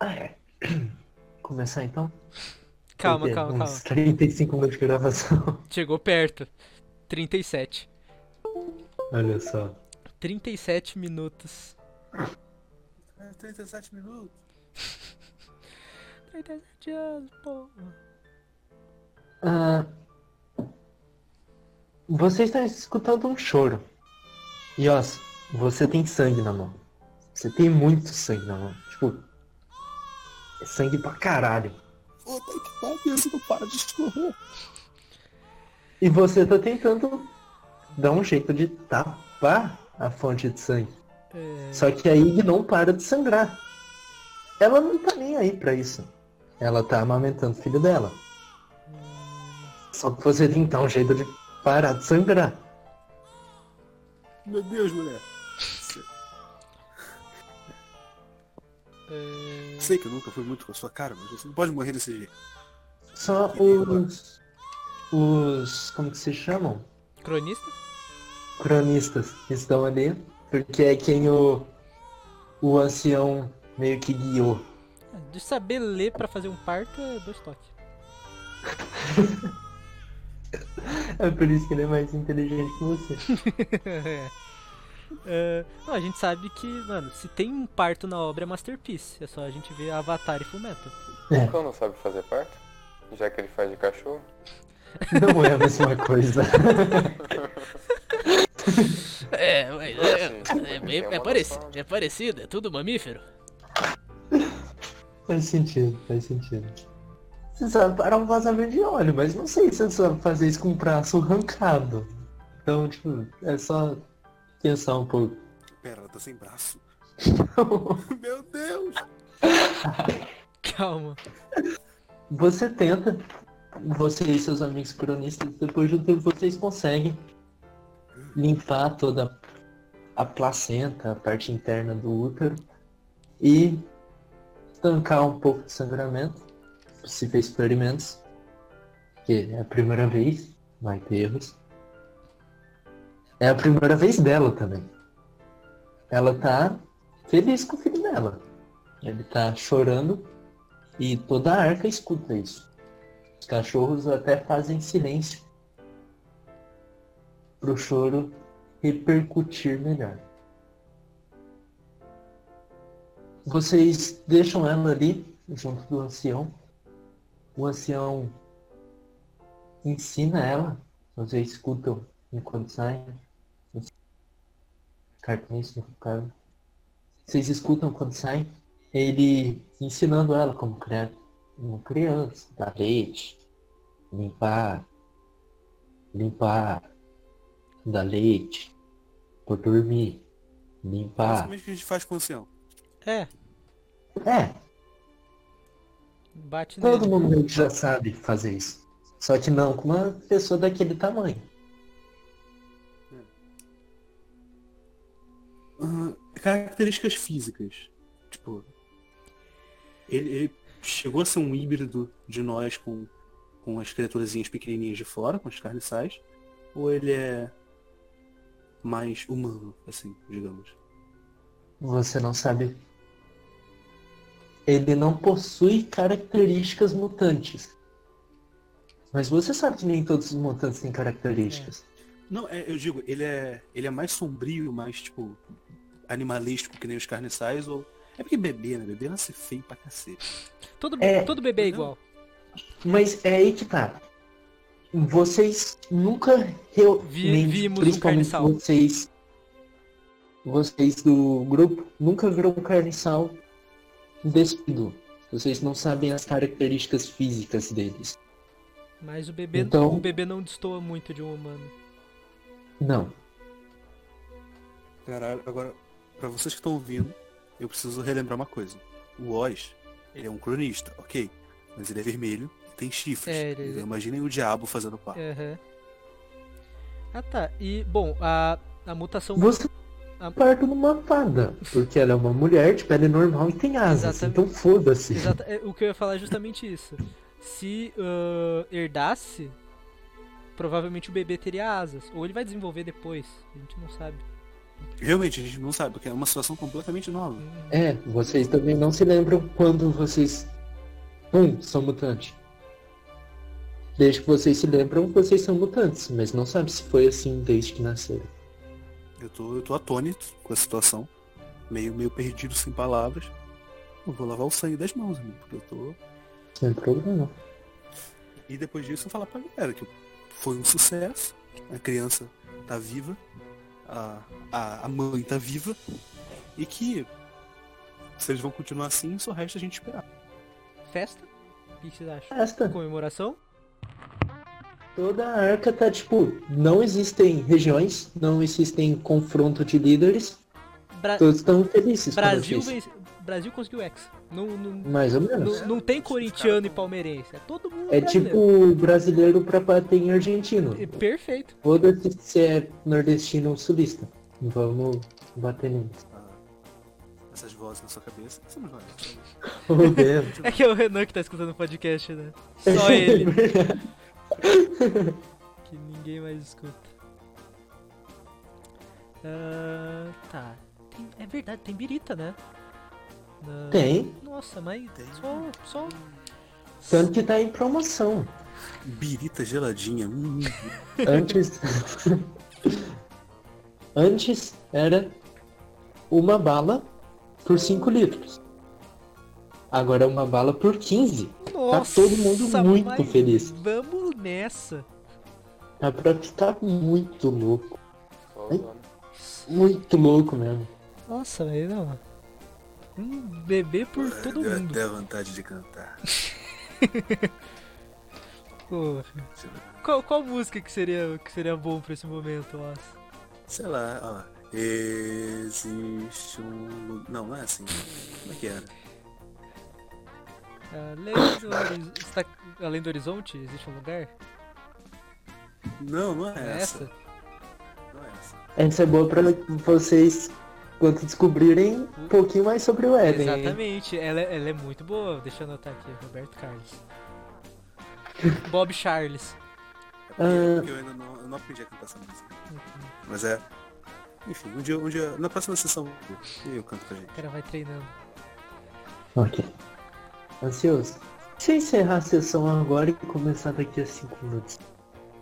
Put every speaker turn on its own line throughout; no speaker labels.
Ah, é. Começar então?
Calma,
Tem que ter
calma, calma.
Uns 35 minutos de gravação.
Chegou perto. 37.
Olha só.
37 minutos.
É 37 minutos.
37 anos, pô.
Ah, você está escutando um choro. Yos, você tem sangue na mão. Você tem muito sangue na mão. Tipo, é sangue pra caralho.
Puta que pariu, isso não para de escorrer.
E você tá tentando dar um jeito de tapar a fonte de sangue.
É,
Só que a Ig não para de sangrar. Ela não tá nem aí pra isso. Ela tá amamentando o filho dela. Só que você tem que dar um jeito de parar de sangrar.
Meu Deus, mulher.
é,
Sei que eu nunca fui muito com a sua cara, mas você não pode morrer desse jeito.
Só os. Os. Como que se chamam?
Cronista?
Cronistas estão ali. Porque é quem o. O ancião meio que guiou.
É, De saber ler pra fazer um parto é dois toques.
É por isso que ele é mais inteligente que você.
É. É, não, a gente sabe que, mano, se tem um parto na obra é Masterpiece. É só a gente ver Avatar e Fullmetal.
É.
Cão não sabe fazer parto? Já que ele faz de cachorro?
Não é a mesma coisa.
É,
é- é bem- é parecido-
é parecido, é tudo mamífero.
Faz sentido, faz sentido. Você sabe parar um vazamento de óleo, mas não sei se você sabe fazer isso com o braço arrancado. Então, tipo, é só pensar um pouco.
Pera, ela tá sem braço. Meu Deus!
Calma.
Você tenta, você e seus amigos cronistas, depois de um tempo vocês conseguem limpar toda a placenta, a parte interna do útero e estancar um pouco de sangramento, possíveis experimentos, que é a primeira vez, vai ter erros. É a primeira vez dela também. Ela tá feliz com o filho dela. Ele tá chorando e toda a arca escuta isso. Os cachorros até fazem silêncio pro choro repercutir melhor. Vocês deixam ela ali junto do ancião. O ancião ensina ela. Vocês escutam enquanto saem. Cartões no caso. Vocês escutam quando saem ele ensinando ela como criar uma criança, dar leite, limpar, limpar, dar leite, por dormir,
Isso
limpar.
mesmo que a gente faz com o ancião.
É,
É,
bate
todo
nele.
mundo meio que já sabe fazer isso. Só que não com uma pessoa daquele tamanho.
Ah, características físicas. Tipo, ele, ele chegou a ser um híbrido de nós com, com as criaturazinhas pequenininhas de fora, com as carniçais, ou ele é mais humano, assim, digamos.
Você não sabe. Ele não possui características mutantes. Mas você sabe que nem todos os mutantes têm características.
Não, é, eu digo, ele é, ele é mais sombrio, mais, tipo, animalístico que nem os carniçais, ou... É porque bebê, né? Bebê nasce feio pra cacete.
Todo,
É.
todo bebê é igual.
Mas é aí que tá. Vocês nunca reu-
Vi-
nem,
vimos um
principalmente
carniçal.
vocês vocês do grupo nunca viram um carniçal despido. Vocês não sabem as características físicas deles.
Mas o bebê,
Então-
o bebê não destoa muito de um humano.
Não.
Caralho, agora, pra vocês que estão ouvindo, eu preciso relembrar uma coisa. O Oz, ele é um cronista, ok. Mas ele é vermelho e tem chifres.
É, ele-
Então imaginem o diabo fazendo pá.
Aham. Ah tá, e bom, a, a mutação.
Você
Ah.
parto numa fada, porque ela é uma mulher de pele normal e tem asas.
Exatamente.
Então foda-se.
Exata, é, o que eu ia falar é justamente isso. Se ah, herdasse, provavelmente o bebê teria asas. Ou ele vai desenvolver depois. A gente não sabe.
Realmente, a gente não sabe, porque é uma situação completamente nova.
É, vocês também não se lembram quando vocês. Pum, são mutante. Desde que vocês se lembram, vocês são mutantes, mas não sabe se foi assim desde que nasceram.
Eu tô, eu tô atônito com a situação. Meio, meio perdido sem palavras. Eu vou lavar o sangue das mãos, amigo, porque eu tô.
Sem problema.
E depois disso eu falar pra galera que foi um sucesso. A criança tá viva. A, a, a mãe tá viva. E que se eles vão continuar assim, só resta a gente esperar.
Festa? O que vocês acham?
Esta,
Comemoração?
toda a arca tá tipo. Não existem regiões, não existem confronto de líderes.
Bra-
Todos estão felizes. pelo
Brasil,
visto.
vence- Brasil conseguiu ex. Não, não,
Mais ou menos.
não, não tem corintiano e palmeirense. É todo mundo
É
brasileiro.
tipo o brasileiro pra bater em argentino.
É Perfeito.
Foda-se se é nordestino ou sulista. Vamos bater neles.
Essas vozes na sua cabeça. é São vozes.
Vamos ver.
É que é o Renan que tá escutando o podcast, né? Só ele. que ninguém mais escuta. Ah, tá. Tem- é verdade, tem birita, né? Na-
Tem.
Nossa, mas
Tem.
só, só
Tanto que tá em promoção.
Birita geladinha. hum.
Antes. Antes era uma bala por 5 litros. Agora é uma bala por 15.
Nossa,
todo mundo muito
mas
feliz.
Vamos nessa.
A própria tá muito louco.
Só usando.
Muito louco mesmo.
Nossa, velho, não. Um bebê por todo
Deu
mundo.
até vontade de cantar.
Porra. Qual, qual música que seria, que seria bom pra esse momento, nossa?
Sei lá, ó. Existe um. lu- Não, não é assim. Como é que era?
Além do, horiz- está- Além do horizonte, existe um lugar?
Não, não é,
É essa?
essa. Não é essa.
Essa é boa pra vocês quando descobrirem um pouquinho mais sobre o Éden. hein?
Exatamente, ela, é- ela é muito boa. Deixa eu anotar aqui, Roberto Carlos. Bob Charles.
É porque,
Ah.
porque eu ainda não, eu não aprendi a cantar essa música. Mas é. Enfim, um dia, um dia. Na próxima sessão eu canto pra gente.
O cara vai treinando.
Ok. Ansioso. Se eu encerrar a sessão agora e começar daqui a 5 minutos.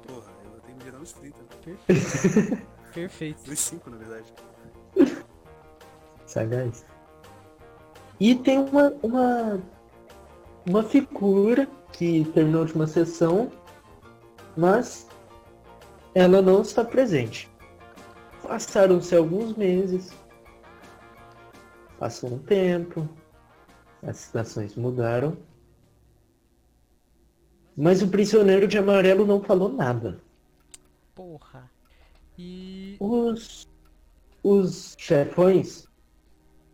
Porra, eu tenho que gerar uns 30, né?
Perfeito.
uns 5 na verdade.
Sagaz. E tem uma, uma, uma figura que terminou a última sessão, mas ela não está presente. Passaram-se alguns meses, passou um tempo, as situações mudaram, mas o prisioneiro de amarelo não falou nada.
Porra. E.
Os, os chefões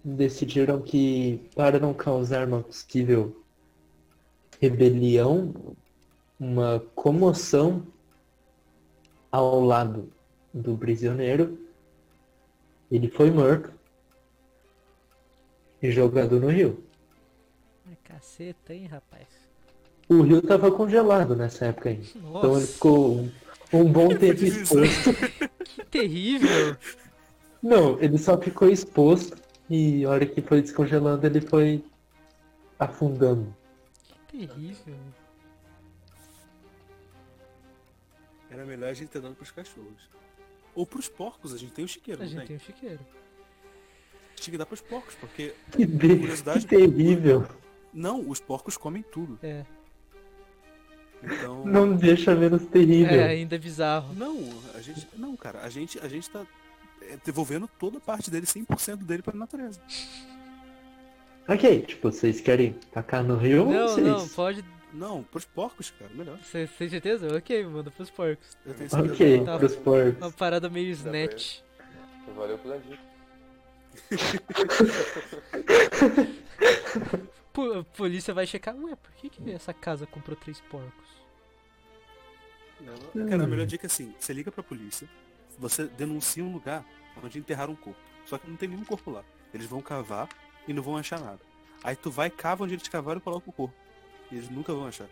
decidiram que, para não causar uma possível rebelião, uma comoção ao lado do prisioneiro, ele foi morto e jogado no rio.
Ai, Caceta, hein, rapaz?
O rio estava congelado nessa época ainda. Então ele
Nossa,
ficou um, um bom tempo
difícil.
exposto.
que terrível.
Não, ele só ficou exposto e a hora que foi descongelando ele foi afundando.
Que terrível.
Era melhor a gente ter dado pros cachorros. Ou pros porcos, a gente tem o chiqueiro,
A
não
gente tem
tem?
um chiqueiro.
Tinha que dar pros porcos, porque.
Que, be-
Curiosidade?
que terrível.
Não, os porcos comem tudo.
É.
Então.
Não deixa menos terrível.
É, ainda é bizarro.
Não, a gente. Não, cara, a gente, a gente tá é, devolvendo toda a parte dele, 100% dele pra natureza.
Ok, tipo, vocês querem tacar no rio? ou
Não,
Então vocês...
não, pode.
Não, pros porcos, cara, melhor.
Você você tem certeza? Ok, manda pros porcos.
Eu tenho certeza.
Ok,
Tá.
pros porcos.
Uma parada meio
Dá pra
snatch.
Valeu pela dica.
Po- A polícia vai checar. Ué, por que, que essa casa comprou três porcos?
Não, Cara, a melhor dica é assim, você liga pra polícia, você denuncia um lugar onde enterraram um corpo. Só que não tem nenhum corpo lá. Eles vão cavar e não vão achar nada. Aí tu vai, cava onde eles cavaram e coloca o corpo. E eles nunca vão achar.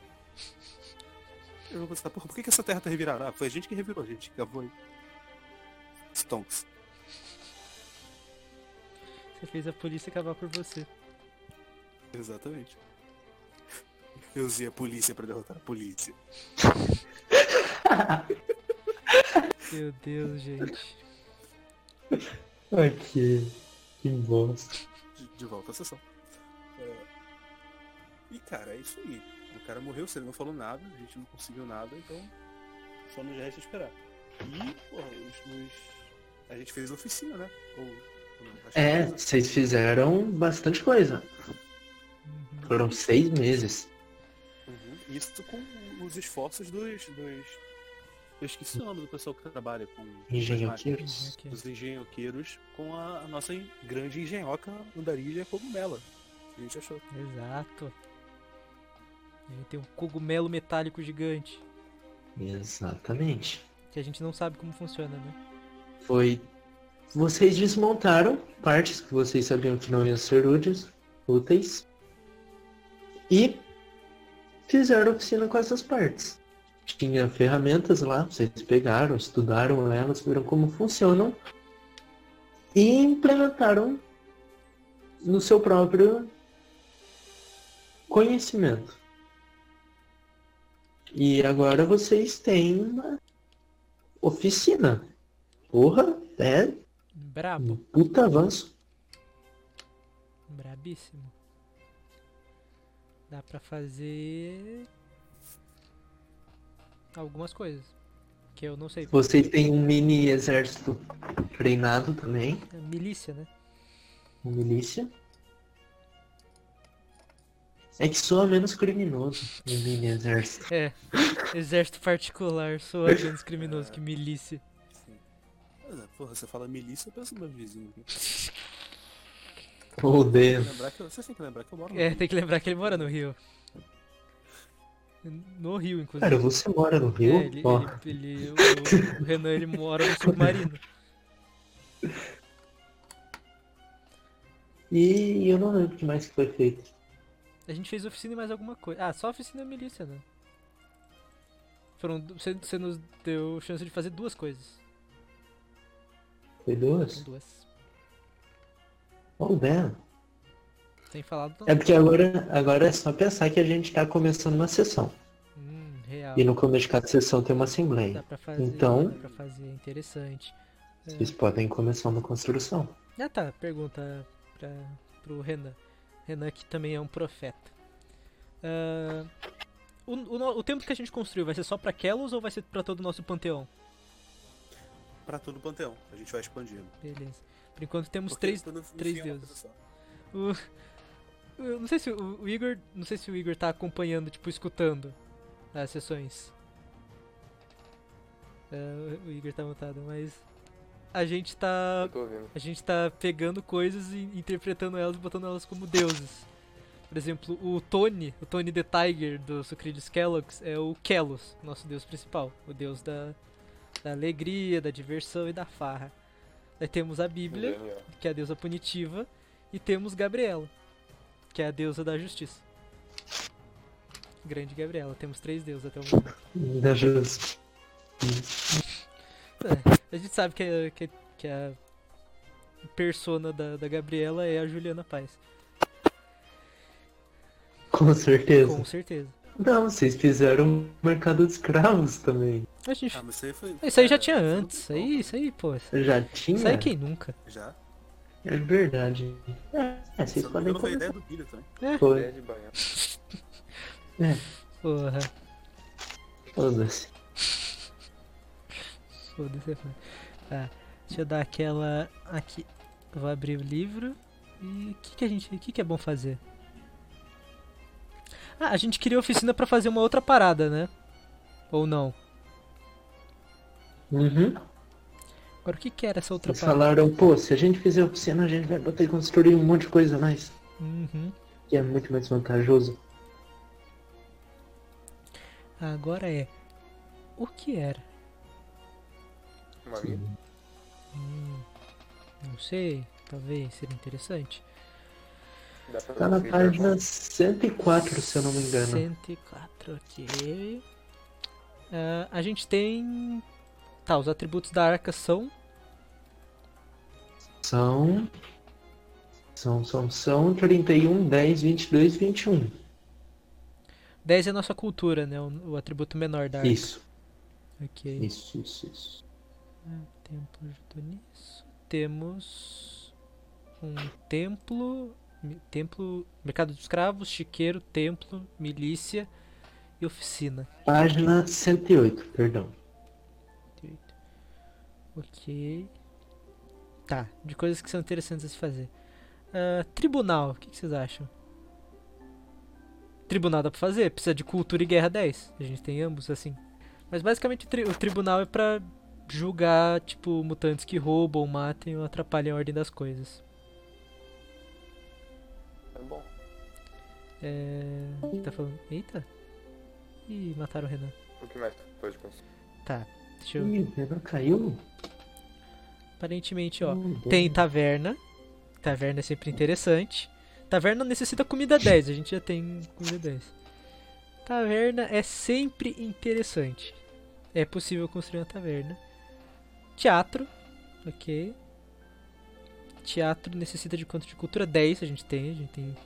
Eu vou pensar, porra, por que, que essa terra tá revirada? Ah, foi a gente que revirou, a gente que cavou aí. Stonks.
Você fez a polícia acabar por você.
Exatamente. Eu usei a polícia pra derrotar a polícia.
Meu Deus, gente.
Ai, que... Que bosta.
De, de volta à sessão. É. E cara, é isso aí. O cara morreu, se ele não falou nada, a gente não conseguiu nada, então só nos resta esperar. E, porra, os, os- a gente fez oficina, né? Ou, ou- acho que
É,
fez
vocês fizeram bastante coisa.
Uhum.
Foram seis meses.
Uhum. Isso com os esforços dos. dos... Eu esqueci o nome do pessoal que trabalha com.
Engenhoqueiros.
Aqui.
Os engenhoqueiros com a, a nossa en- grande engenhoca andarilha cogumela. A gente achou.
é? Exato. A gente tem um cogumelo metálico gigante.
Exatamente.
Que a gente não sabe como funciona, né?
Foi. Vocês desmontaram partes que vocês sabiam que não iam ser úteis, úteis e fizeram oficina com essas partes. Tinha ferramentas lá, vocês pegaram, estudaram elas, viram como funcionam e implementaram no seu próprio conhecimento. E agora vocês têm uma oficina. Porra, é
Brabo.
um puta avanço.
Brabíssimo. Dá pra fazer. Algumas coisas. Que eu não sei.
Você tem um mini exército treinado também,
É Milícia, né?
uma milícia. É que soa menos criminoso um mini exército.
É. Exército particular, soa menos criminoso que milícia.
Mas, é, porra, você fala milícia, eu penso no meu vizinho. Tem
Ou
que
Deus.
lembrar que eu- Vocês têm que lembrar que eu moro no
É,
Rio.
tem que lembrar que ele mora no Rio. No Rio, inclusive.
Cara, você mora no Rio?
É, ele,
Porra.
ele- ele- o, o Renan ele mora no submarino.
E eu não lembro o que mais que foi feito.
A gente fez oficina e mais alguma coisa. Ah, só oficina e milícia, né? Foram, du- você, você nos deu chance de fazer duas coisas.
Foi duas?
Duas.
Ou Deus.
Sem falar do.
É porque agora, agora é só pensar que a gente tá começando uma sessão.
Hum, real.
E no começo de cada sessão tem uma
Dá
assembleia.
pra fazer.
Então-
Dá pra fazer, é interessante.
Vocês podem começar uma construção.
Ah tá, pergunta pra, pro Renan. Renan que também é um profeta. Ah, o, o, no- o templo que a gente construiu vai ser só pra Kelos ou vai ser pra todo o nosso panteão?
Pra todo o panteão. A gente vai expandindo. então
Beleza. Por enquanto temos
Porque
três.
quando eu fui
três
enfiar é uma coisa
deuses.
só.
O, eu não sei se o, o Igor. Não sei se o Igor tá acompanhando, tipo, escutando as sessões. Ah, o Igor tá montado, mas. A gente tá
Eu tô ouvindo.
A gente tá pegando coisas e interpretando elas e botando elas como deuses. Por exemplo, o Tony, o Tony the Tiger do Sucrilhos Kellogg's é o Kelos, nosso deus principal, o deus da, da alegria, da diversão e da farra. Daí temos a Bíblia,
Daniel.
que é a deusa punitiva, e temos Gabriela, que é a deusa da justiça. Grande Gabriela, temos três deuses até o momento.
Da justiça.
A gente sabe que a, que, que a persona da, da Gabriela é a Juliana Paz.
Com certeza.
Com certeza.
Não, vocês fizeram o mercado de escravos também.
A gente-
Ah, mas isso aí foi.
Isso aí já
é,
tinha
foi no
antes. Isso
principal,
aí, isso aí, pô. Isso
Já tinha?
aí quem nunca.
Já.
É verdade. É, vocês
Só não
podem
lembro da
começar.
ideia do Billy também.
Foi,
Ideia de banho.
Porra,
foda-se.
foda-se. mano. Tá, deixa eu dar aquela aqui. Eu Vou abrir o livro. E o que, que a gente. O que, que é bom fazer? Ah, a gente queria oficina pra fazer uma outra parada, né? Ou não?
Uhum.
Agora o que, que era essa outra
Vocês
parada?
falaram, pô, se a gente fizer oficina, a gente vai botar e construir um monte de coisa a mais.
Uhum.
Que é muito mais vantajoso.
Agora é. O que era?
Uma linha?
Hum, não sei. Talvez seria interessante.
Dá pra
Tá na
fazer
página 104, se eu não me engano.
104, ok. Ah, a gente tem. Tá, os atributos da arca são.
São São, são, são 31, 10, 22, 21.
10 é a nossa cultura, né? O, o atributo menor da arte.
Isso,
Ok.
isso, isso, isso.
Templo junto nisso. Temos um templo, mi- templo, mercado de escravos, chiqueiro, templo, milícia e oficina.
Página 108, perdão.
Direito. Ok. Tá, de coisas que são interessantes a se fazer. Ah, tribunal, o que, que vocês acham? Tribunal dá pra fazer, precisa de cultura e guerra 10. A gente tem ambos, assim. Mas basicamente o, tri- o tribunal é pra julgar, tipo, mutantes que roubam, matem ou atrapalham a ordem das coisas.
É bom.
É. quem Tá falando. Eita! Ih, mataram o Renan.
O que mais pode conseguir?
Tá, deixa eu.
Ih, o Renan caiu?
Aparentemente, ó.
Meu Deus.
Tem taverna. Taverna é sempre interessante. Taverna necessita comida 10, a gente já tem comida 10. Taverna é sempre interessante. É possível construir uma taverna. Teatro, ok. Teatro necessita de quanto de cultura? 10 a gente tem, a gente tem.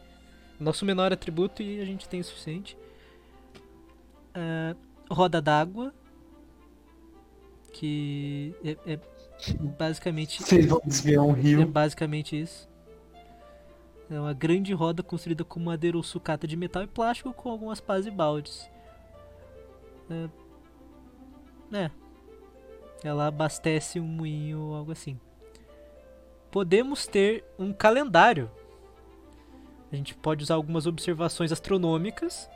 Nosso menor atributo e a gente tem o suficiente. Ah, roda d'água. Que é- é basicamente
Vocês vão desviar um
é
rio.
basicamente isso. É uma grande roda construída com madeira ou sucata de metal e plástico com algumas pás e baldes. É. É. Ela abastece um moinho ou algo assim. Podemos ter um calendário. A gente pode usar algumas observações astronômicas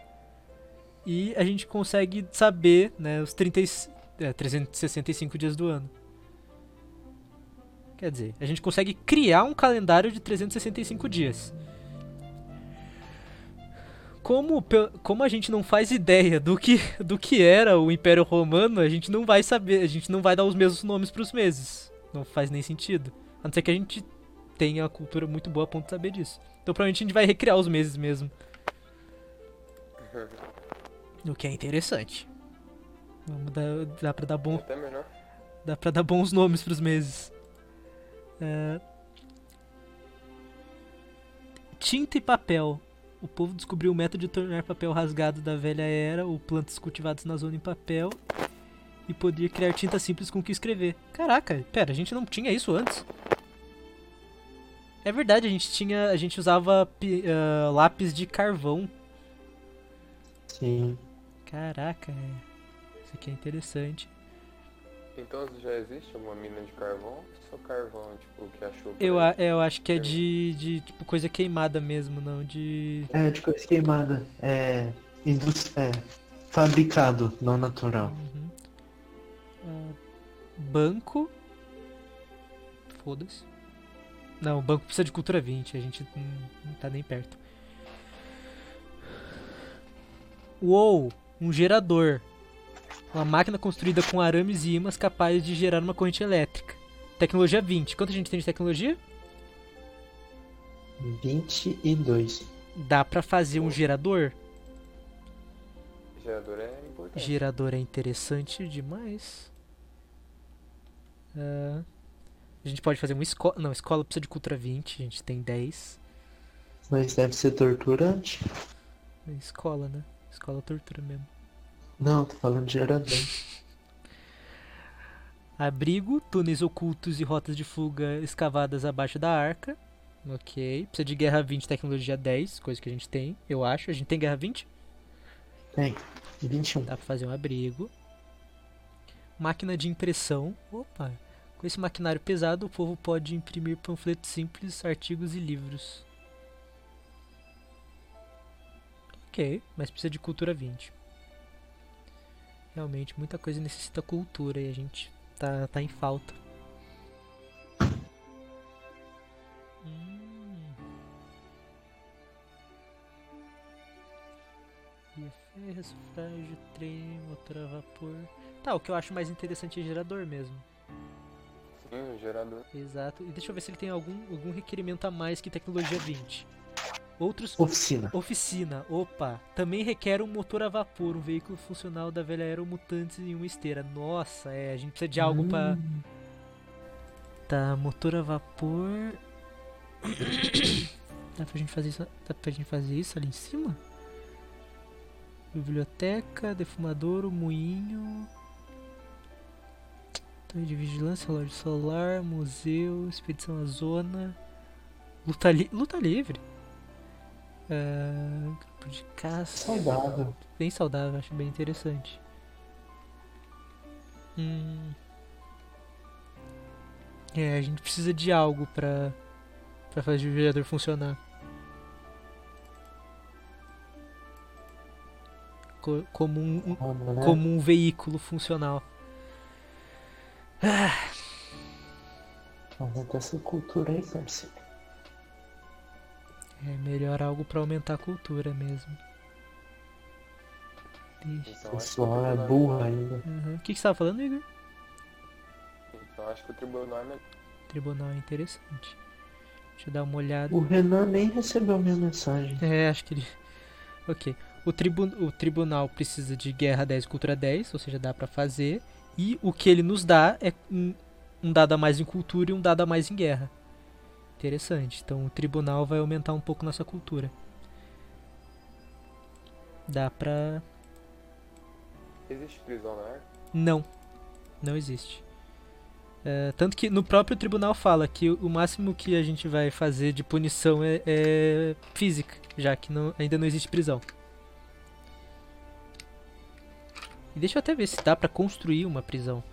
e a gente consegue saber né, os 30, e c- é, 365 dias do ano. Quer dizer, a gente consegue criar um calendário de 365 dias. Como, pe- como a gente não faz ideia do que, do que era o Império Romano, a gente não vai saber, a gente não vai dar os mesmos nomes para os meses. Não faz nem sentido. A não ser que a gente tenha uma cultura muito boa a ponto de saber disso. Então provavelmente a gente vai recriar os meses mesmo. O que é interessante. Vamos dar, dá pra dar bom,
É Até melhor.
Dá pra dar bons nomes pros meses. É. Tinta e papel. O povo descobriu o método de tornar papel rasgado da velha era ou plantas cultivadas na zona em papel e poder criar tinta simples com o que escrever. Caraca, pera, a gente não tinha isso antes? É verdade, a gente tinha, a gente usava pi- ah, lápis de carvão.
Sim.
Caraca, é. isso aqui é interessante.
Então já existe alguma mina de carvão? Só carvão, tipo, que achou. por
Eu,
aí?
a- eu acho que é de, de tipo, coisa queimada mesmo, não de.
É, de coisa queimada. É, indus- é, fabricado, não natural.
Uhum. Ah, banco. Foda-se. Não, o banco precisa de cultura 20, a gente não, não tá nem perto. Uou! Um gerador. Uma máquina construída com arames e imãs capaz de gerar uma corrente elétrica. Tecnologia 20. Quanto a gente tem de tecnologia?
22.
Dá pra fazer um gerador?
Gerador é importante.
Gerador é interessante demais. Ah, a gente pode fazer uma escola. Não, escola precisa de cultura 20, a gente tem 10.
Mas deve ser torturante?
É Escola, né? Escola tortura mesmo.
Não, tô falando de gerador.
Abrigo, túneis ocultos e rotas de fuga escavadas abaixo da arca. Ok. Precisa de guerra 20, tecnologia 10, coisa que a gente tem, eu acho. A gente tem guerra 20?
Tem. 21.
Dá pra fazer um abrigo. Máquina de impressão. Opa! Com esse maquinário pesado, o povo pode imprimir panfletos simples, artigos e livros. Ok, mas precisa de cultura 20. Realmente, muita coisa necessita cultura e a gente tá, tá em falta. Hum. Via ferro, sufrágio, trem, motor a vapor. Tá, o que eu acho mais interessante é gerador mesmo.
Sim, o gerador.
Exato. E deixa eu ver se ele tem algum, algum requerimento a mais que tecnologia 20. Outros.
Oficina.
Oficina, opa. Também requer um motor a vapor, um veículo funcional da velha era, um mutante e uma esteira. Nossa, é, a gente precisa de algo pra. Tá, motor a vapor. Dá pra gente fazer isso, dá pra gente fazer isso ali em cima? Biblioteca, defumadouro, moinho. Torre de vigilância, loja solar, museu, expedição à zona. Luta, li luta livre. Ah, campo de caça.
Saudável.
Bem saudável, acho bem interessante. Hum. É, a gente precisa de algo pra, pra fazer o gerador funcionar. Co- como um, um-
Mano, né?
como um veículo funcional.
Mano, dessa cultura aí, parceiro.
É melhor algo pra aumentar a cultura mesmo. Deixa-
O
Então, acho que o
pessoal é
tribunal-
burro ainda.
Aham. O que, que você tava falando, Igor?
Então acho que o tribunal é melhor.
Tribunal é interessante. Deixa eu dar uma olhada.
O Renan nem recebeu minha mensagem.
É, acho que ele. Ok. O, tribu... o tribunal precisa de guerra 10 cultura 10, ou seja, dá pra fazer. E o que ele nos dá é um, um dado a mais em cultura e um dado a mais em guerra. Interessante. Então o tribunal vai aumentar um pouco nossa cultura. Dá pra.
Existe prisão na arca?
Não. Não existe. É, tanto que no próprio tribunal fala que o máximo que a gente vai fazer de punição é, é física, já que não- ainda não existe prisão. E deixa eu até ver se dá pra construir uma prisão.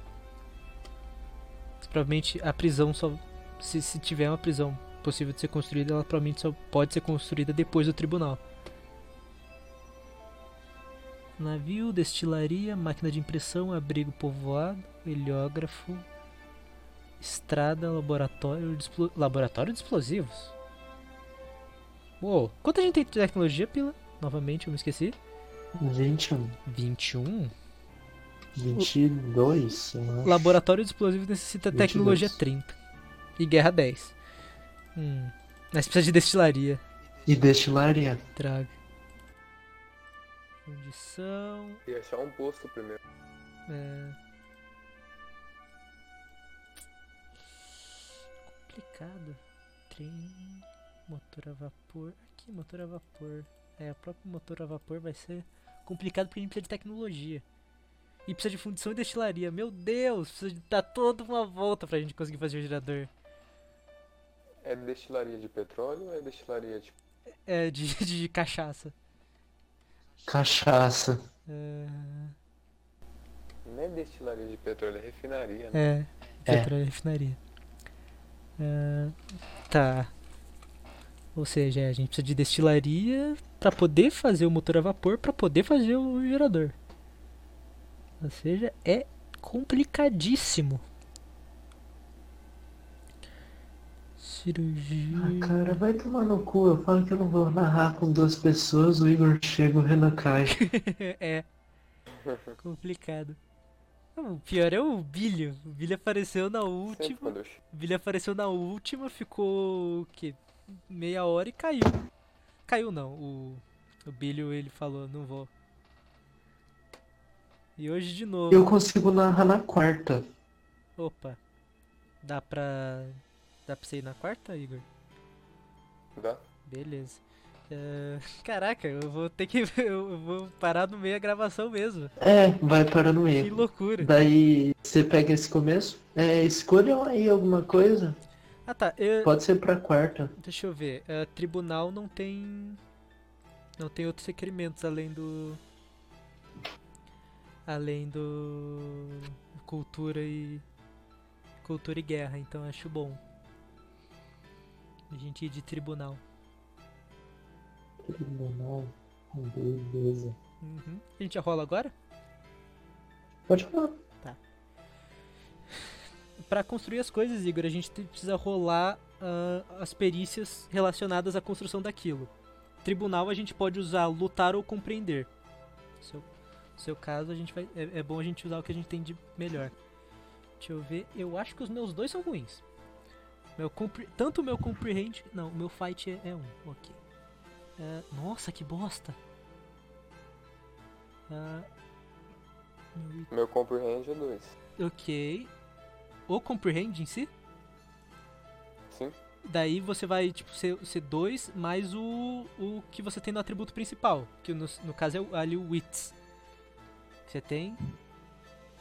Provavelmente a prisão só. Se, se tiver uma prisão possível de ser construída, ela provavelmente só pode ser construída depois do tribunal. Navio, destilaria, máquina de impressão, abrigo povoado, heliógrafo, estrada, laboratório de, explo- laboratório de explosivos. Uou, quanta gente tem de tecnologia, Pila? Novamente, eu me esqueci.
21,
21?
22, mano.
Laboratório de explosivos necessita
22.
tecnologia 30. E guerra 10. Hum, mas precisa de destilaria.
E destilaria.
Traga. Condição.
E achar um posto primeiro.
É. Complicado. Trem, motor a vapor. Aqui, motor a vapor. É, o próprio motor a vapor vai ser complicado porque a gente precisa de tecnologia. E precisa de fundição e destilaria. Meu Deus, precisa de dar toda uma volta pra gente conseguir fazer o gerador.
É destilaria de petróleo ou é destilaria de
É, de, de cachaça.
Cachaça.
É,
Não é destilaria de petróleo, é refinaria, né?
é,
É.
petróleo e refinaria. É, tá. Ou seja, é, a gente precisa de destilaria pra poder fazer o motor a vapor, pra poder fazer o gerador. Ou seja, é complicadíssimo. Cirurgia.
Ah, cara, vai tomar no cu. Eu falo que eu não vou narrar com duas pessoas, o Igor chega, o Renan cai.
é. Complicado. O pior é o Billy. O Billy apareceu na
Sempre
última.
quando eu chego.
O tipo- Billy apareceu na última, ficou o quê? Meia hora e caiu. Caiu não, o, o Billy ele falou, não vou. E hoje de novo.
Eu consigo narrar na quarta.
Opa. Dá pra. Dá pra você ir na quarta, Igor?
Dá?
Beleza. É, Caraca, eu vou ter que. Eu vou parar no meio da gravação mesmo.
É, vai para no
Que
meio.
loucura.
Daí você pega esse começo. É, escolham aí alguma coisa.
Ah tá, eu-
Pode ser pra quarta.
deixa eu ver. É, tribunal não tem. Não tem outros requerimentos além do. Além do. Cultura e. Cultura e guerra, então acho bom. A gente ir de tribunal.
Tribunal. Beleza.
Uhum. A gente já rola agora?
Pode falar.
Pra construir as coisas, Igor, a gente te- precisa rolar ah, as perícias relacionadas à construção daquilo. Tribunal a gente pode usar lutar ou compreender. No seu, no seu caso, a gente vai, é, é bom a gente usar o que a gente tem de melhor. Deixa eu ver. Eu acho que os meus dois são ruins. Meu compre- tanto o meu comprehend. Não, o meu fight é, é um. Ok. Ah, nossa, que bosta! Ah, meu
Meu comprehend é dois.
Ok. O comprehend em si?
Sim.
Daí você vai, tipo, ser, ser dois mais o, o que você tem no atributo principal, que no, no caso é o- ali o Wits. Você tem.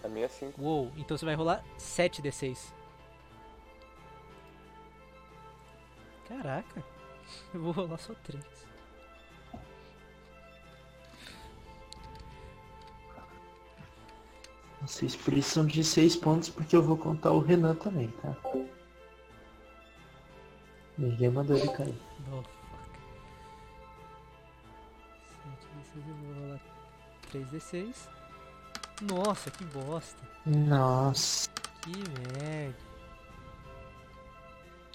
A minha é 5.
Uou, então você vai rolar 7d6. Caraca, eu vou rolar só 3.
Vocês precisam de seis pontos porque eu vou contar o Renan também, tá? Ninguém mandou ele cair.
Oh, fuck. 7d6, eu vou rolar 3d6. Nossa, que bosta.
Nossa.
Que merda.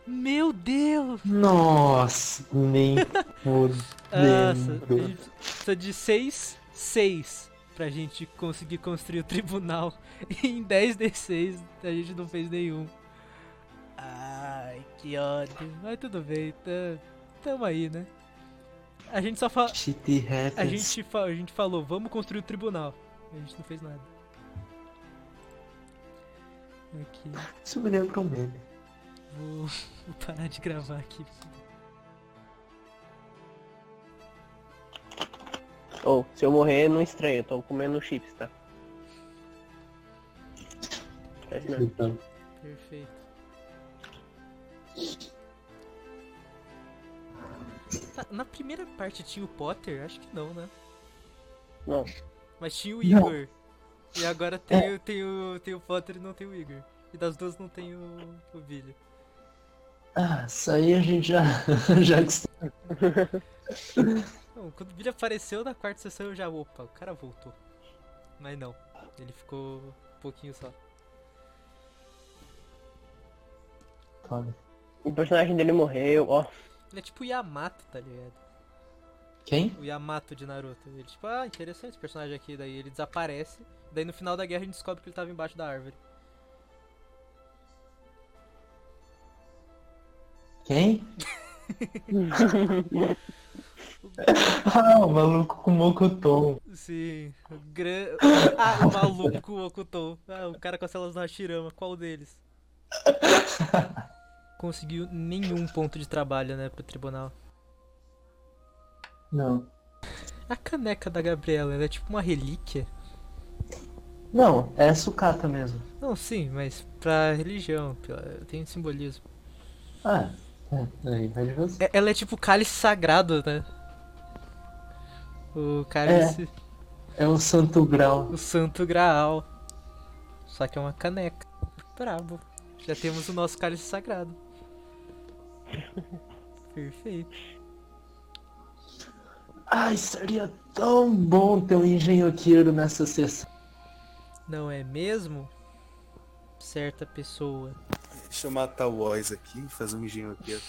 Meu Deus!
Nossa. Nem
Nossa, a
fudendo.
gente precisa de 6, 6 pra gente conseguir construir o tribunal. E em 10 D6 a gente não fez nenhum. Ai, que ódio. Mas tudo bem, tá- tamo aí, né? A gente só fa...
Shit happens.
a, gente fa... a gente falou, vamos construir o tribunal. A gente não fez nada. Aqui.
Isso me lembra um meme.
Vou, vou parar de gravar aqui.
Ou, se eu morrer, não estranho, eu tô comendo chips, tá? É isso mesmo.
Então,
Perfeito. Tá, Na, na primeira parte tinha o Potter? Acho que não, né?
Não.
Mas tinha o
Não.
Igor. E agora tem, o- tem, o, tem o Potter e não tem o Igor. E das duas não tem o, o Billy.
Ah, isso aí a gente já, já acostumou.
Não, quando o Billy apareceu na quarta sessão eu já, opa, o cara voltou. Mas não, ele ficou um pouquinho só.
O personagem dele morreu, ó.
Ele é tipo o Yamato, tá ligado?
Quem?
o Yamato de Naruto. Ele, tipo, ah, interessante esse personagem aqui. Daí ele desaparece. Daí no final da guerra a gente descobre que ele tava embaixo da árvore.
Quem? ah, o maluco com mocotom.
Sim. o Gran... Ah, o maluco ocultou. Ah, o cara com as celas do Hashirama. Qual deles? Conseguiu nenhum ponto de trabalho, né, pro tribunal.
Não.
A caneca da Gabriela, ela é tipo uma relíquia?
Não, é sucata mesmo.
Não, sim, mas pra religião, pela- tem simbolismo.
Ah, é, aí vai de você.
É- Ela é tipo o cálice sagrado, né? O cálice.
É um santo grau.
O Santo Graal. Só que é uma caneca. Brabo. Já temos o nosso cálice sagrado. Perfeito.
Ai, seria tão bom ter um engenhoqueiro nessa sessão.
Não é mesmo? Certa pessoa.
Deixa eu matar o Oz aqui e fazer um engenho aqui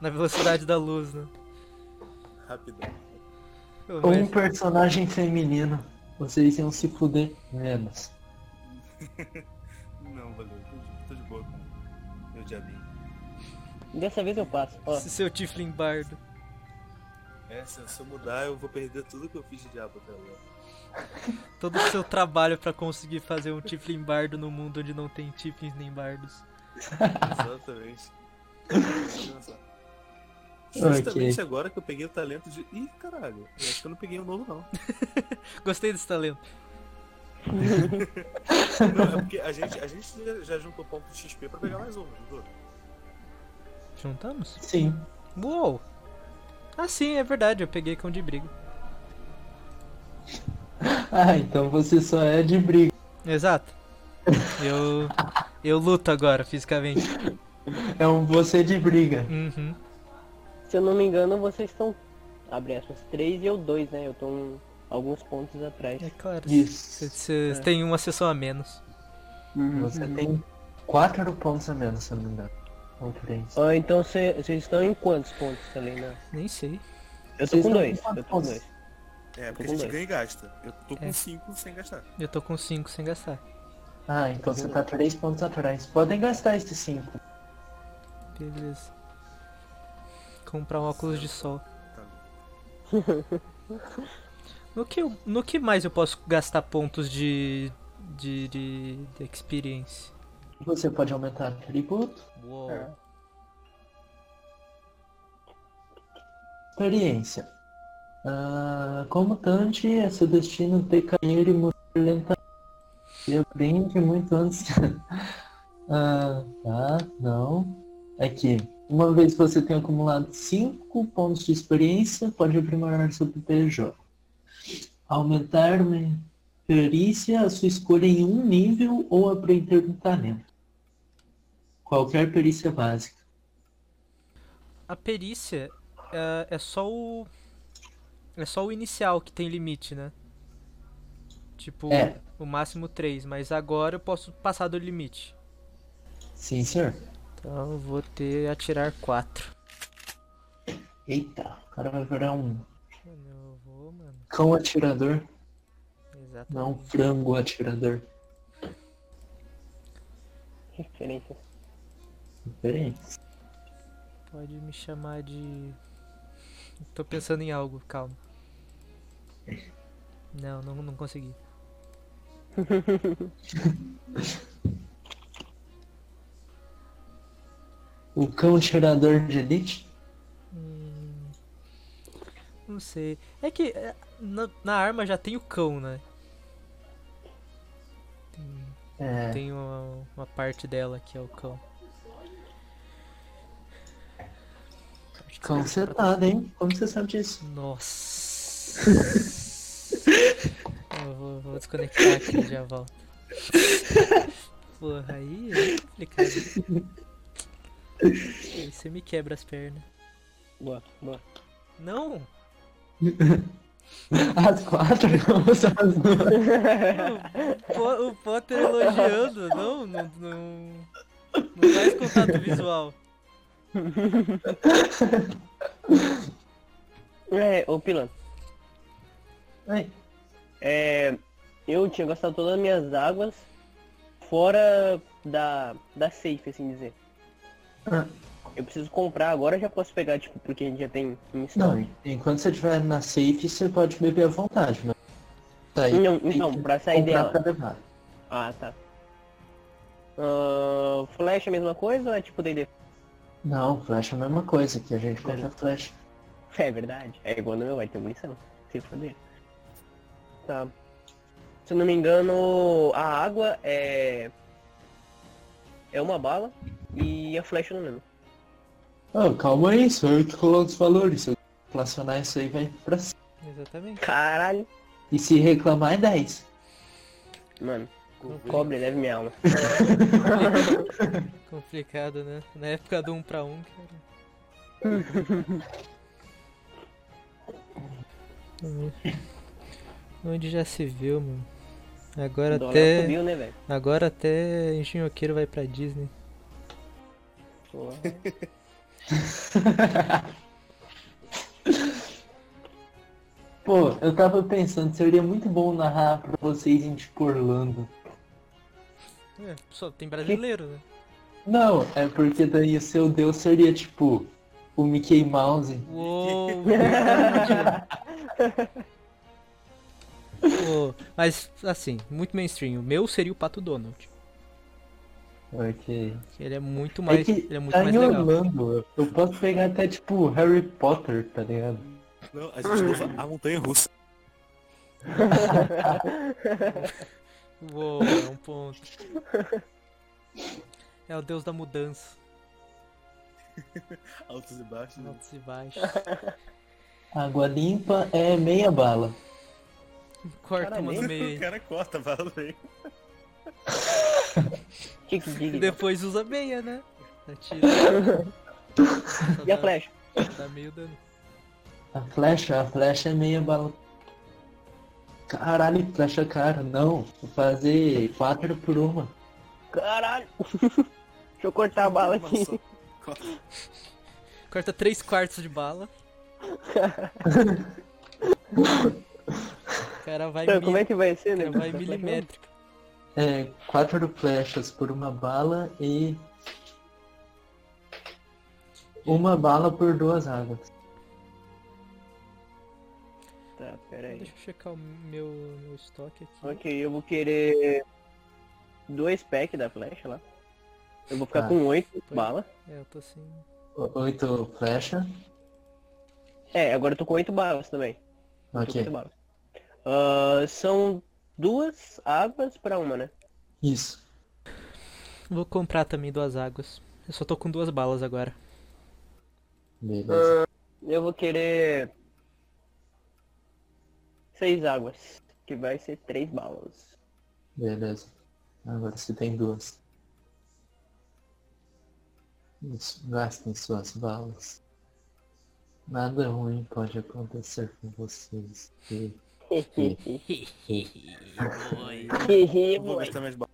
Na velocidade da luz, né?
rapidão.
Ô,
Com um
mas-
personagem feminino. Vocês iam se fuder menos.
Não, valeu. Tô de, tô de boa com meu diabinho.
Dessa vez eu passo, ó.
Esse seu Tiflin Bardo.
É, se eu- se eu mudar, eu vou perder tudo que eu fiz de diabo até agora.
Todo o seu trabalho pra conseguir fazer um Tiflin Bardo no mundo onde não tem Tiflins nem Bardos.
Exatamente. Justamente agora que eu peguei o talento de. Ih, caralho, eu acho que eu não peguei o novo não.
Gostei desse talento.
Não, é porque a gente, a gente já- já juntou ponto de XP pra pegar mais um, juntou?
Juntamos?
Sim.
Uou! Ah, sim, é verdade. Eu peguei cão de briga.
Ah, então você só é de briga.
Exato. Eu. Eu luto agora, fisicamente.
É um você de briga.
Uhum.
Se eu não me engano, vocês estão, abre aspas, 3 e eu 2, né? Eu tô um- alguns pontos atrás.
É claro. Você-
Isso.
Você
É.
tem uma sessão a menos.
Você tem quatro pontos a menos, se eu não me engano. Ou três.
Ó, então cê- vocês estão em quantos pontos ali, né?
Nem sei.
Eu tô
Vocês
com
estão
dois.
com quantos
Eu tô com
pontos?
dois.
É,
porque a gente ganha
e gasta. Eu tô
com
5 sem gastar.
Eu tô com 5 sem gastar.
Ah, então você tá três pontos atrás. Podem gastar esses cinco.
Beleza. Comprar um óculos de sol. No que, eu- no que mais eu posso gastar pontos de. de. de, de experience?
Você pode aumentar atributo.
Uou.
Experiência. Ah, como Tante, é seu destino decair e morrer lentamente. Eu brinde muito antes. ah, tá, não. Aqui. Uma vez que você tem acumulado 5 pontos de experiência, pode aprimorar seu PPJ. Aumentar uma perícia, a sua escolha em um nível ou aprender um talento. Qualquer perícia básica.
A perícia é, é só o. É só o inicial que tem limite, né? Tipo,
É.
o máximo 3, mas agora eu posso passar do limite.
Sim, senhor.
Então eu vou ter atirar 4.
Eita, o cara vai virar um
Mano, eu vou, mano.
cão atirador, não um
Exatamente.
frango atirador.
Referência.
Diferente.
Pode me chamar de. Tô pensando em algo, calma. Não, não, não consegui.
O cão atirador de elite?
Hum, Não sei. É que é, na, na arma já tem o cão, né?
É.
Tem uma, uma parte dela que é o cão. Acho que
Cão
dá pra-
setado, hein? Como você sabe disso?
Nossa. Eu vou, vou desconectar aqui e já volto. Porra, aí é complicado. Aí você me quebra as pernas.
Boa, boa.
Não!
As quatro, não, só as duas.
O, Po- o Potter elogiando. Não, não, não. Não faz contato visual.
É, ô Pilan,
Ai,
é, eu tinha gastado todas as minhas águas fora da, da safe, assim dizer.
ah,
Eu preciso comprar agora, já posso pegar, tipo, porque a gente já tem em
Não,
estoque.
enquanto você estiver na safe, você pode beber à vontade, mas. Tá
Não,
tem
então,
que
pra sair
comprar
dela.
pra levar.
Ah, tá. Ahn, flash é a mesma coisa ou é tipo D&D?
Não, flash é a mesma coisa, que a gente perde a flash.
É verdade. É igual no meu, vai ter munição. Se foder. Tá. Se eu não me engano, a água é. É uma bala e a flecha eu não lembro.
Ah, calma aí, senhor, eu te coloco os valores. Se eu inflacionar isso aí, vai pra cima.
Exatamente.
Caralho!
E se reclamar, é 10.
Mano, cobre leve minha alma.
Complicado, né? Na época do 1 um pra 1, um, cara. Onde já se viu, mano? Agora
O dólar
até.
subiu, né, velho?
Agora até engenhoqueiro vai pra Disney.
Porra.
Pô, eu tava pensando, seria muito bom narrar pra vocês em tipo Orlando.
É, só tem brasileiro, né?
Não, é porque daí o seu deus seria tipo o Mickey Mouse.
Uou! Uou. Mas, assim, muito mainstream. O meu seria o Pato Donald.
Ok.
que Ele é muito mais,
é que
ele é muito
tá
mais
em
legal.
Orlando, eu posso pegar até tipo Harry Potter, tá ligado?
Não, a gente usa a montanha russa.
Uou, é um ponto. É o deus da mudança.
Altos e baixos. né?
Altos e baixos.
Água limpa é meia bala.
Corta
Cara,
umas
nem-
meias.
cara corta, valeu.
Tic, tic,
aí.
tic.
Depois usa meia, né? Atira. Só
E a
dá-
flecha?
Dá meio dano.
A flecha, a flecha é meia bala. Caralho, flecha cara, não. Vou fazer quatro por uma.
Caralho! Deixa eu cortar a bala aqui.
Corta 3 quartos de bala. o cara vai,
Então,
mil-
como é que vai ser, né?
cara vai
Essa flecha não-
milimétrica.
É, quatro flechas por uma bala e. Uma bala por duas águas.
Tá, pera aí.
Deixa eu checar o meu, meu estoque aqui.
Ok, eu vou querer dois packs da flecha lá. Eu vou ficar
Tá.
com oito bala.
É, eu tô sem.
O- Oito flechas.
É, agora eu tô com oito balas também. Eu tô com
Ok.
oito balas. Ah, são duas águas pra uma, né?
Isso.
Vou comprar também duas águas. Eu só tô com duas balas agora.
Beleza.
Eu vou querer seis águas, que vai ser três balas.
Beleza. Agora você tem duas. Isso, Gastem suas balas. Nada ruim pode acontecer com vocês. E-
Eu vou gastar minhas balas.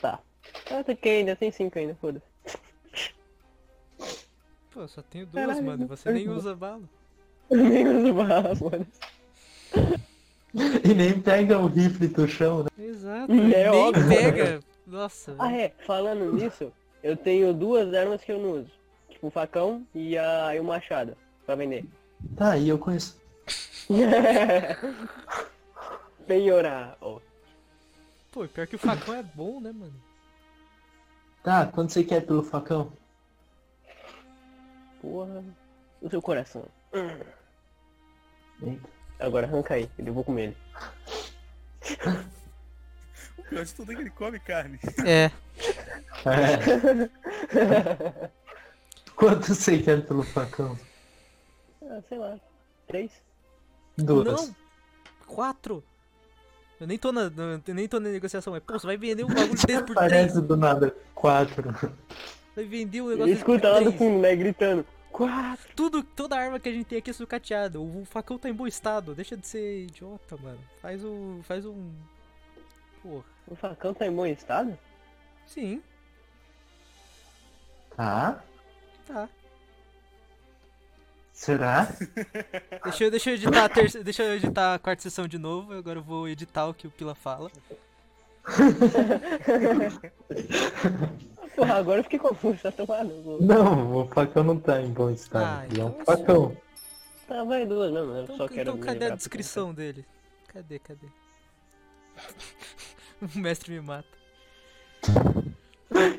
tá. Ah, tá que ainda, tem cinco ainda, foda-se.
Pô, eu só tenho duas,
Caralho,
mano. e Você
eu
nem
vou-
usa bala.
Eu nem uso bala, foda-se.
E nem pega o rifle do chão, né?
Exato.
É
nem
óbvio.
pega. Nossa.
Ah, é, falando nisso, eu tenho duas armas que eu não uso. Tipo, o facão e, a, e o machado, pra vender.
Tá, e eu conheço.
Penhorar, ó.
Pô, pior que o facão é bom, né, mano?
Tá, quanto você quer pelo facão?
Porra. O seu coração.
Eita.
Agora arranca aí, eu vou comer ele.
O pior de tudo é que ele come carne.
É.
É. Quanto você quer pelo facão?
Ah, sei lá. Três?
Duas.
Não! Quatro! Eu nem tô na. na- Eu nem tô na negociação, mas pô, você vai vender um bagulho desse por três.
Parece do nada. Quatro.
Vai vender um
Ele
negócio desse por
escuta lá do
três.
fundo, né? Gritando. Quatro!
Tudo, toda arma que a gente tem aqui é sucateada. O facão tá em bom estado. Deixa de ser idiota, mano. Faz o. Faz um. Porra.
O facão tá em bom estado?
Sim,
Tá.
tá.
Será?
Deixa eu, deixa eu editar a terceira. Deixa eu editar a quarta sessão de novo. Agora eu vou editar o que o Pila fala.
Porra, agora eu fiquei confuso, tá tomando. Vou...
Não, o facão não tá em bom estado.
Ah,
Ele é um
então-
facão.
Tá, vai duas mesmo, eu
Então,
só quero.
então
me
cadê
lembrar
a
pra
descrição dele? Cadê, cadê? o mestre me mata.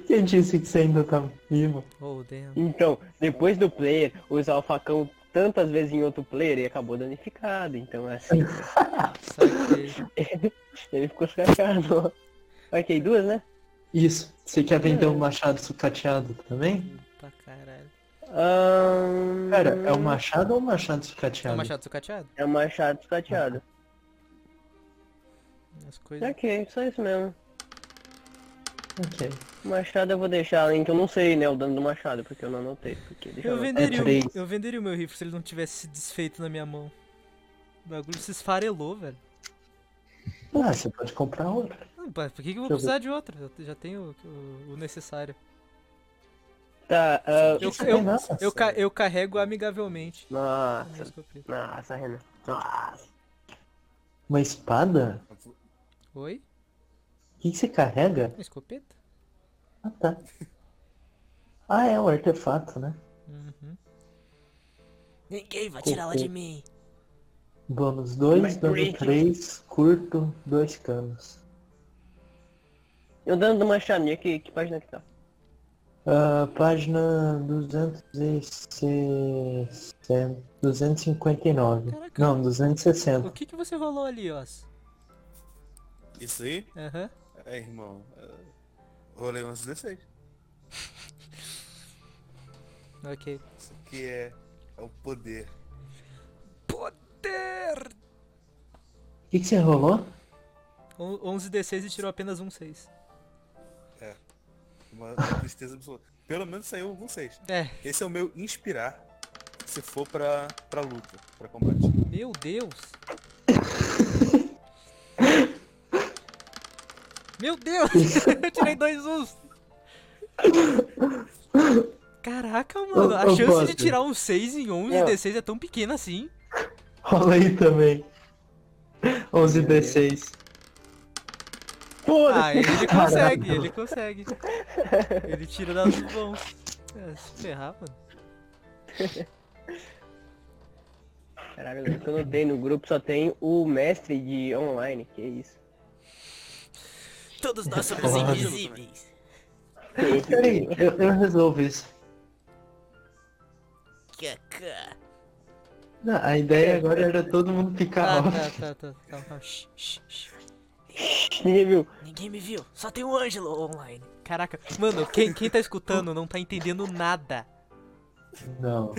Quem disse que você ainda tá vivo?
Oh, damn.
pensar. Então, depois do player usar o facão tantas vezes em outro player, ele acabou danificado. Então, assim,
Saquei.
ele ficou escachado. Ok, duas, né?
Isso. Você quer
É.
vender um machado sucateado também?
Pra caralho.
Ahn,
Cara, é um machado ou um machado sucateado?
É um machado sucateado?
É um machado escateado.
As coisas.
Ok, só isso mesmo.
Ok.
Machado eu vou deixar, além que eu não sei, né, o dano do machado, porque eu não anotei. Porque deixa eu
Eu
anotar.
venderia, o-
três.
eu venderia o meu rifle se ele não tivesse se desfeito na minha mão. O bagulho se esfarelou, velho.
Ah, você pode comprar outro.
Não, pá, por que, que eu vou
Deixa eu
precisar de outra? Eu te- já tenho o, o- o necessário.
Tá, ah,
Eu,
Isso
eu,
é massa.
eu, ca- eu carrego amigavelmente.
Nossa,
Desculpa.
nossa, Renan. Nossa.
Uma espada?
Oi?
O que que você carrega?
Uma escopeta?
Ah, tá. Ah, é um artefato, né?
Uhum.
Tirá-la de mim. Bônus 2,
Mas
dano
break.
3, curto, dois canos.
E o dano do machado, minha, que, que página que tá?
Ah, página 260, 259.
Caraca.
Não,
O
260.
que, que você rolou ali, Os?
Isso aí?
Aham.
É, irmão. é, Rolei umas 16.
Ok.
Isso aqui é, é o poder.
Poder!
O que, que você rolou?
11 D6 e tirou apenas um 6.
Uma, uma tristeza absoluta. Pelo menos saiu algum 6.
É.
Esse é o meu inspirar se for pra, pra luta, pra combate.
Meu Deus! Meu Deus! Eu tirei dois uns! Caraca, mano, a
Ô, ô,
chance de
Potter.
tirar um 6 em 11
É.
D6 é tão pequena assim.
Rola aí também. 11 D6.
Foda-se!
Ah, ele consegue, ele consegue. Ele tira dados bons. É, se ferrar, mano.
Caralho, o que eu anotei no grupo só tem o mestre de online, que isso.
Todos nós somos
Claro.
invisíveis.
Peraí, eu, eu resolvo isso. Não, a ideia agora era todo mundo ficar
Ah,
off.
tá, tá, tá. Calma, calma. Shh, shh, shh.
Ninguém viu.
Ninguém me viu, só tem o Ângelo online. Caraca, mano, quem, quem tá escutando não tá entendendo nada. tá.
Não.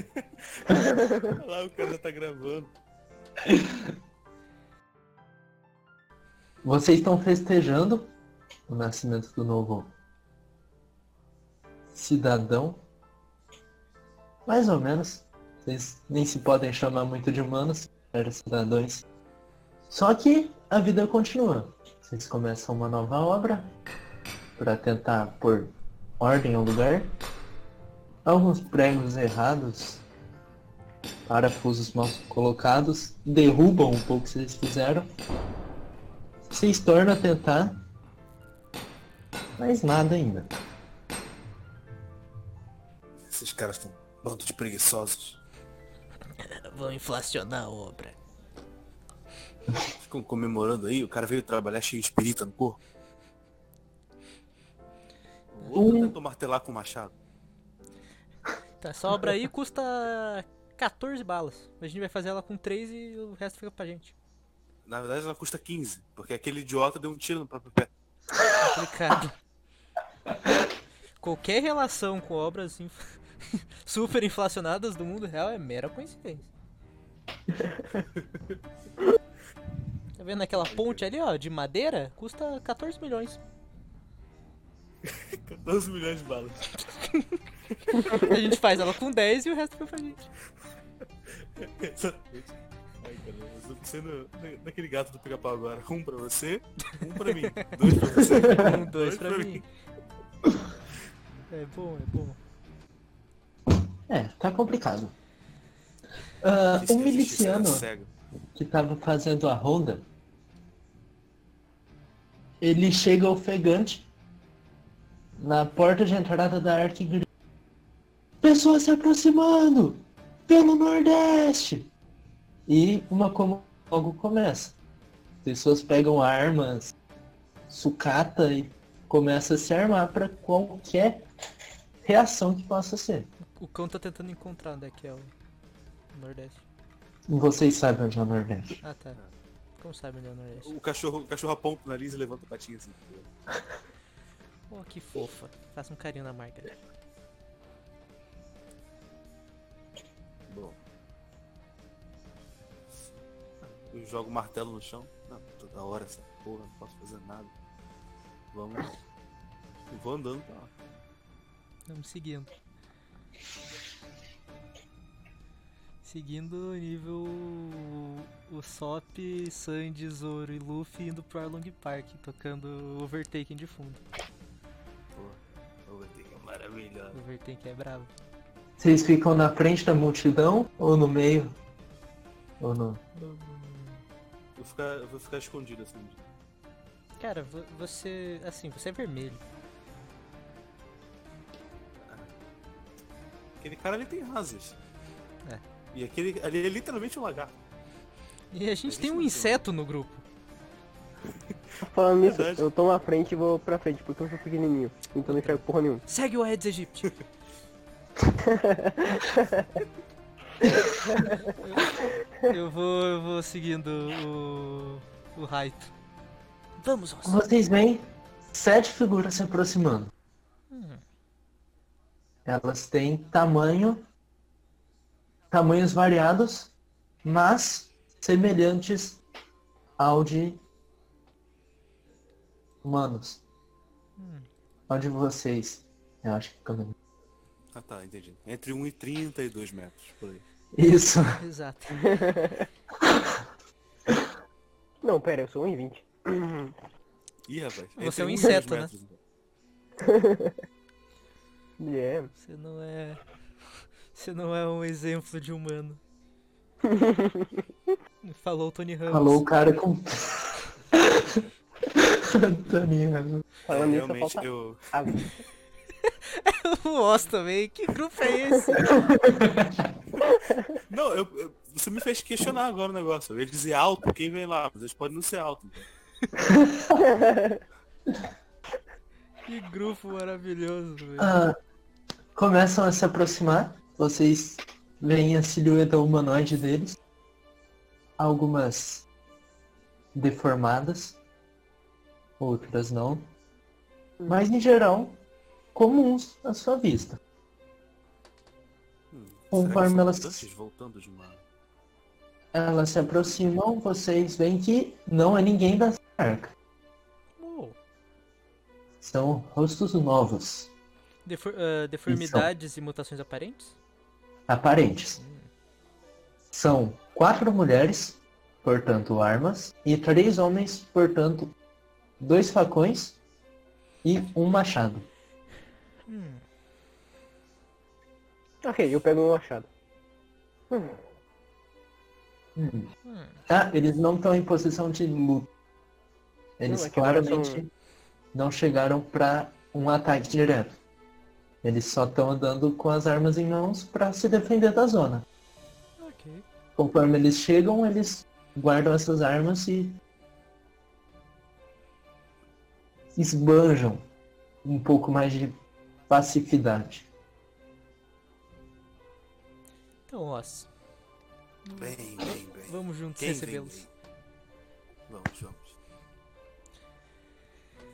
Olha lá, o cara tá gravando.
Vocês estão festejando o nascimento do novo cidadão. Mais ou menos. Vocês nem se podem chamar muito de humanos, eram cidadãos. Só que a vida continua. Vocês começam uma nova obra para tentar pôr ordem ao lugar. Alguns pregos errados, parafusos mal colocados, derrubam um pouco o que vocês fizeram. Vocês tornam a tentar. Mas nada ainda.
Esses caras estão bando de preguiçosos.
Vão inflacionar a obra.
Ficam comemorando aí, o cara veio trabalhar cheio de espírita no corpo. O outro
Um-
tentou martelar com o machado.
Tá, essa obra aí custa 14 balas. A gente vai fazer ela com 3 e o resto fica pra gente.
Na verdade ela custa 15, porque aquele idiota deu um tiro no próprio pé.
Complicado. Qualquer relação com obras inf... super inflacionadas do mundo real é mera coincidência. Tá vendo aquela ponte ali, ó, de madeira? Custa 14 milhões.
14 milhões de balas.
A gente faz ela com 10 e o resto fica pra gente.
Exatamente. Ai, cara, eu tô pensando na- naquele gato do pica-pau agora. Um pra você, um pra mim. Dois pra você.
Um, dois pra mim. É bom, é bom.
É, tá complicado. Ah,
Diz que
um
a justiça era
miliciano
cega.
que tava fazendo a ronda. Ele chega ofegante na porta de entrada da arca e grita. Pessoas se aproximando! Pelo Nordeste! E uma como logo começa. Pessoas pegam armas, sucata e começa a se armar para qualquer reação que possa ser.
O cão tá tentando encontrar onde é que é o Nordeste.
Vocês sabem onde é o Nordeste.
Ah, tá. Como sabe onde é o Nordeste?
O cachorro, o cachorro aponta o nariz e levanta a patinha assim.
Oh, que fofa. Faça um carinho na marca.
Bom. Eu jogo o martelo no chão. Não, toda hora essa porra, não posso fazer nada. Vamos. Eu vou andando pra lá.
Vamos seguindo. Seguindo o nível o Sop, Sandy, Zoro e Luffy indo pro Arlong Park, tocando Overtaking de fundo.
Porra, vai ter que é maravilhoso.
Overtaking é bravo.
Vocês ficam na frente da multidão ou no meio? Ou no.
Eu vou ficar, eu vou ficar escondido assim.
Cara, vo- você. assim, você é vermelho.
Aquele cara ali tem asas.
É.
E aquele ali é literalmente um lagarto.
E a gente tem um inseto no grupo.
Falando nisso,
Verdade.
eu tomo a frente e vou pra frente, porque eu sou pequenininho. Então não enxergo porra nenhuma.
Segue o Aedes aegypti. eu, eu vou, eu vou seguindo o o Raito. Vamos, Ross.
Vocês veem sete figuras se aproximando.
Hum.
Elas têm tamanho. tamanhos variados, mas semelhantes ao de humanos. Ao de vocês. Eu acho que fica melhor.
Ah tá, entendi. Entre 1,30 e 2 metros, por aí.
Isso.
Exato.
Não, pera, eu sou 1,20.
Ih, rapaz.
Você
entre
é um
1 e 2
inseto, né?
metros, então.
Yeah.
Você não é. Você não é um exemplo de humano. Falou o Tony Ramos.
Falou o cara com. Antônio.
É,
Falando nisso, eu
realmente,
falta
eu...
água.
o Ross também. Que grupo é esse?
Não, eu, eu- você me fez questionar agora o negócio. Eu ia dizer alto, quem vem lá, mas eles podem não ser alto.
Que grupo maravilhoso, velho.
Ah, começam a se aproximar. Vocês veem a silhueta humanoide deles. Algumas deformadas, outras não. Mas em geral, comuns à sua vista.
Hum, será que
Conforme
são
elas-
mutantes voltando de uma.
Elas se aproximam, vocês veem que não é ninguém da marca.
Uou.
São rostos novos,
Defor- ah, deformidades e mutações aparentes?
aparentes. São quatro mulheres, portanto armas, e três homens, portanto dois facões e um machado.
Hum.
Ok, eu pego meu machado.
Hum.
Tá? Eles não estão em posição de luta. Eles
Não, é que agora
claramente
são-
não chegaram para um ataque direto. Eles só estão andando com as armas em mãos para se defender da zona.
Ok.
Conforme eles chegam, eles guardam essas armas e esbanjam um pouco mais de passividade.
Então, nós
Bem, bem, bem.
vamos juntos
Quem vem,
recebê-los.
vem. Vamos, vamos.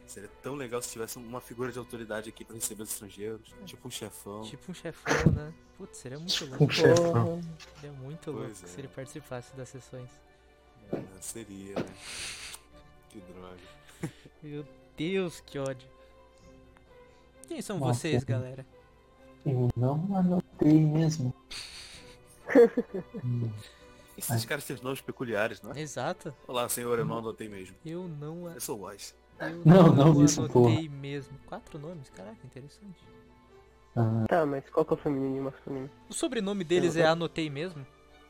Seria tão legal se tivesse uma figura de autoridade aqui pra receber os estrangeiros. Tipo um chefão.
Tipo um chefão, né? Putz, seria muito louco.
Um chefão.
Seria muito
Tipo Pois
louco
é.
se ele participasse das sessões.
Ah, Seria, né? Que droga.
Meu Deus, que ódio. Quem são
Nossa.
vocês, galera?
Eu não anotei mesmo. Hum,
Esses caras têm nomes peculiares, não é?
Exato.
Olá, senhor, eu não anotei mesmo.
Eu não, a-
Eu sou Wise.
eu
Não, não vi isso,
anotei mesmo. Quatro nomes? Caraca, interessante.
Tá, mas qual que é o feminino e o masculino?
O sobrenome deles é Anotei mesmo?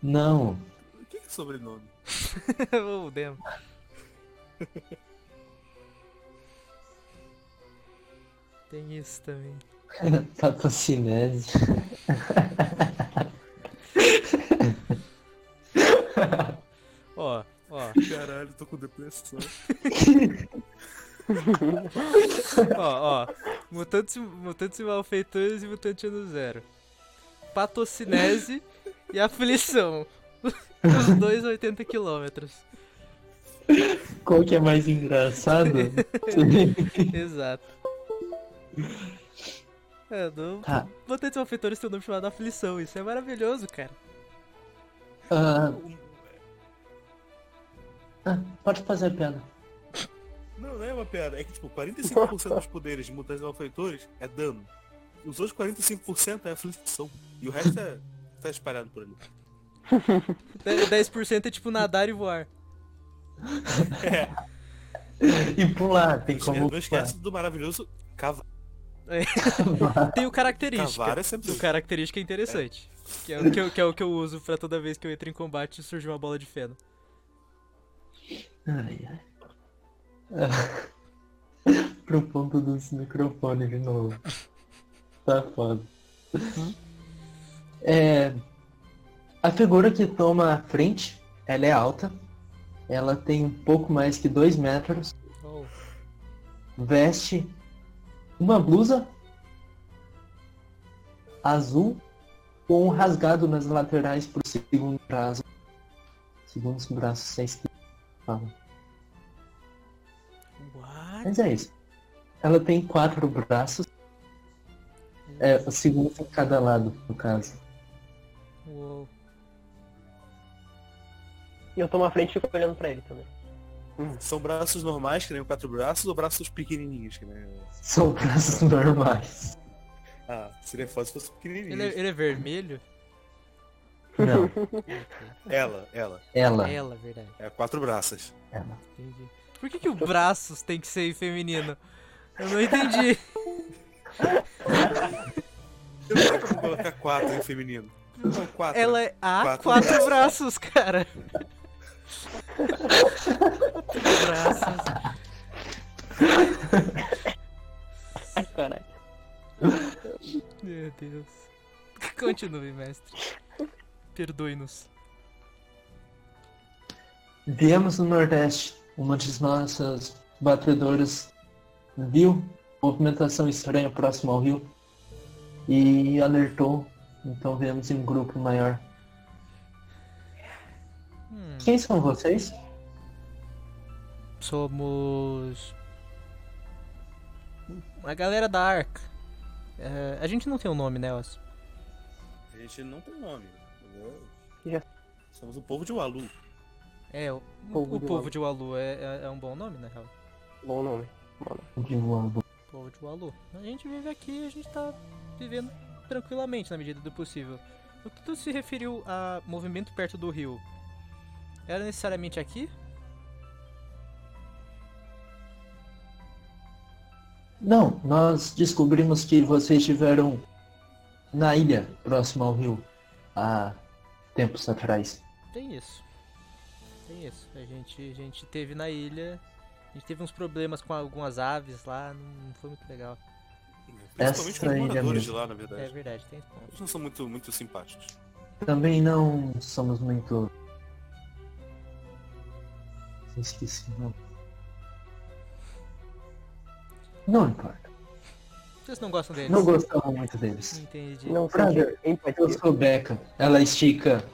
Não,
O que que é sobrenome?
oh, damn. Tem isso também.
Patrocinese.
Ó, ó,
Caralho, tô com depressão.
ó, ó. Mutantes, mutantes e malfeitores e mutante ano zero. Patocinese e aflição. Os dois 80 quilômetros.
Qual que é mais engraçado?
Exato. É, não...
Tá.
Mutantes e malfeitores tem um nome chamado aflição. Isso é maravilhoso, cara.
Ah, ah, pode fazer a piada.
Não, não é uma piada. É que, tipo, 45% dos poderes de mutantes e malfeitores é dano. Os outros 45% é aflição. E o resto é... tá espalhado por ali.
De- 10% é tipo nadar e voar.
E pular, tem como
É, Não
pular.
esquece do maravilhoso cavalo.
Tem o característica.
Cavalo é sempre...
O característica é interessante. Que é, o que, eu, que é o que eu uso pra toda vez que eu entro em combate e surge uma bola de feno.
Ai, ai. Ah, Pro ponto dos microfones de novo. Tá foda. É, a figura que toma a frente, ela é alta. Ela tem um pouco mais que 2 metros. veste uma blusa azul com um rasgado nas laterais pro segundo braço. Segundo os braços sem esquerda. fala.
What?
Mas é isso. Ela tem quatro braços. É, o segundo em cada lado, no caso.
Uou.
E eu tomo a frente e fico olhando pra ele também.
São braços normais, que nem o quatro braços, ou braços pequenininhos, que nem...
São braços normais.
Ah, seria foda se fosse
Ele é,
pequenininho.
ele é vermelho?
Não,
Ela, ela.
ela.
Ela, verdade.
É quatro braças.
ela.
Entendi. Por que, que o braços tem que ser feminino? Eu não entendi.
Eu não sei como colocar quatro em feminino. Não, quatro.
Ela é a
Quatro
quatro braços, cara. Quatro braços.
Ai, caralho.
Meu Deus. Continue, mestre. Perdoe-nos.
Viemos do Nordeste. Uma de nossas batedoras viu movimentação estranha próximo ao rio e alertou. Então viemos em um grupo maior.
Hum,
Quem são vocês?
somos. A galera da Arca. É, a gente não tem um nome, né, Oz?
A gente não tem nome. entendeu?
Já.
Somos o povo de Walu.
É, o,
Povo
o
de
povo
Walu.
de Walu é, é- é um bom nome, na real.
Bom nome.
De Wambu.
povo de Walu. A gente vive aqui, a gente tá vivendo tranquilamente na medida do possível. O que tu se referiu a movimento perto do rio? Era necessariamente aqui?
Não, nós descobrimos que vocês estiveram na ilha próxima ao rio há tempos atrás.
Tem isso. Tem isso. A gente, a gente teve na ilha. A gente teve uns problemas com algumas aves lá, não, não foi muito legal.
Essa
Principalmente com os
ainda
moradores de
mesmo.
lá, na
É
verdade.
verdade, tem esse ponto.
Eles não são muito, muito simpáticos.
Também não somos muito. Esqueci o nome. Não importa.
Vocês não gostam deles?
Não gostava muito deles.
Entendi.
Não sei
Prazer.
de
Eu
empatia.
sou Beca. Ela estica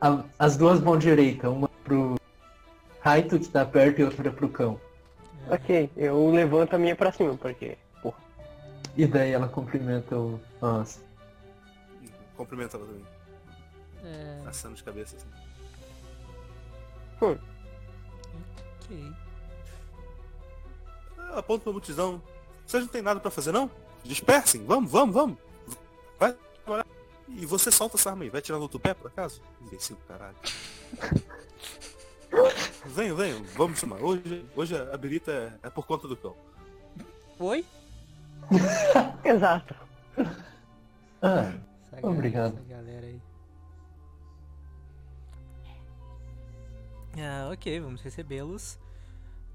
a- as duas mãos direita, uma pro Raito que tá perto e outra pro cão.
Ok, eu levanto a minha pra cima, porque. Porra.
E daí ela cumprimenta o. Nossa.
Cumprimenta ela também.
É,
Assando de cabeça assim.
ok.
Ah, Aponta pra multidão. Vocês não tem nada pra fazer não? Dispersem, vamos, vamos, vamos. Vai trabalhar. E você solta essa arma aí, vai tirar no outro pé por acaso? Imbecil, caralho. venham, venham, vamos chamar. Hoje, hoje a birita é, é por conta do cão.
Oi?
Exato.
Ah,
Essa galera-
Obrigado.
essa galera aí. Ah, ok, vamos recebê-los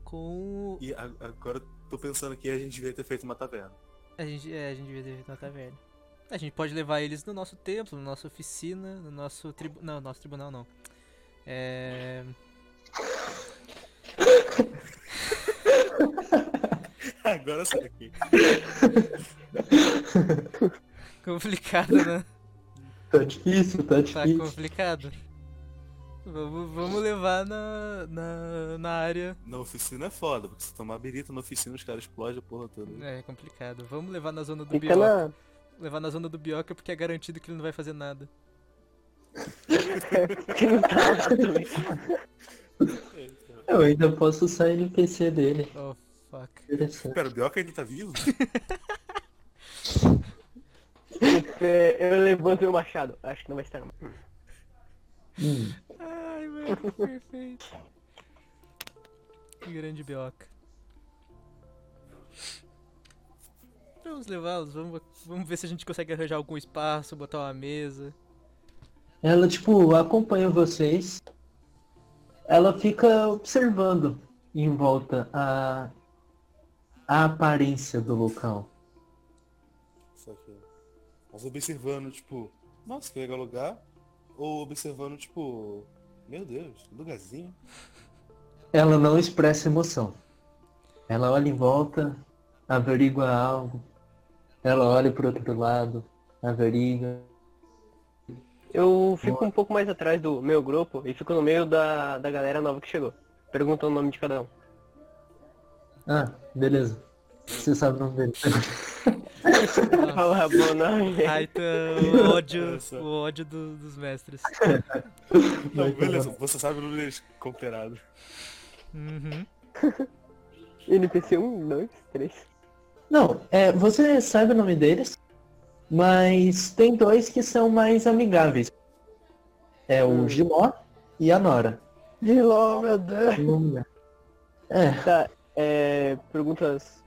com.
E a- agora eu tô pensando que a gente devia ter feito uma taverna.
A gente, é, a gente devia ter feito na taverna. A gente pode levar eles no nosso templo, na nossa oficina, no nosso tribunal. Não, nosso tribunal não. É.
agora sai aqui.
Complicado, né?
tá difícil, tá
Tá
difícil.
complicado. Vamos, vamos levar na, na, na área.
Na oficina é foda, porque se tomar birita na oficina os caras explodem a porra toda.
É complicado. Vamos levar na zona do
Fica
bioca.
na.
Levar na zona do bioca porque é garantido que ele não vai fazer nada.
Porque não tá lá também.
Eu ainda posso sair no PC dele.
Oh, fuck.
Interessante.
Pera, o Bioca ainda tá vivo?
É, Eu levanto meu machado. Acho que não vai estar mais.
Hum,
Ai, mano, perfeito. Que grande bioca. Vamos levá-los, vamos, vamos ver se a gente consegue arranjar algum espaço, botar uma mesa.
Ela, tipo, acompanha vocês. Ela fica observando em volta a, a aparência do local.
Só que. Mas observando, tipo, nossa, que legal lugar. Ou observando, tipo, meu Deus, um lugarzinho.
Ela não expressa emoção. Ela olha em volta, averigua algo. Ela olha pro outro lado, averigua.
Eu fico um pouco mais atrás do meu grupo e fico no meio da, da galera nova que chegou. Perguntando o nome de cada um.
Ah, beleza. Você sabe o nome dele.
Fala, bom nome.
Raita, tá, o ódio,
Nossa.
o ódio do- dos mestres.
Não, então beleza, você sabe o número comparado.
Uhum.
NPC 1, 2, 3.
Não, é, você sabe o nome deles, mas tem dois que são mais amigáveis. É o
Hum.
Giló e a Nora.
Giló, meu Deus.
É,
Tá, é, perguntas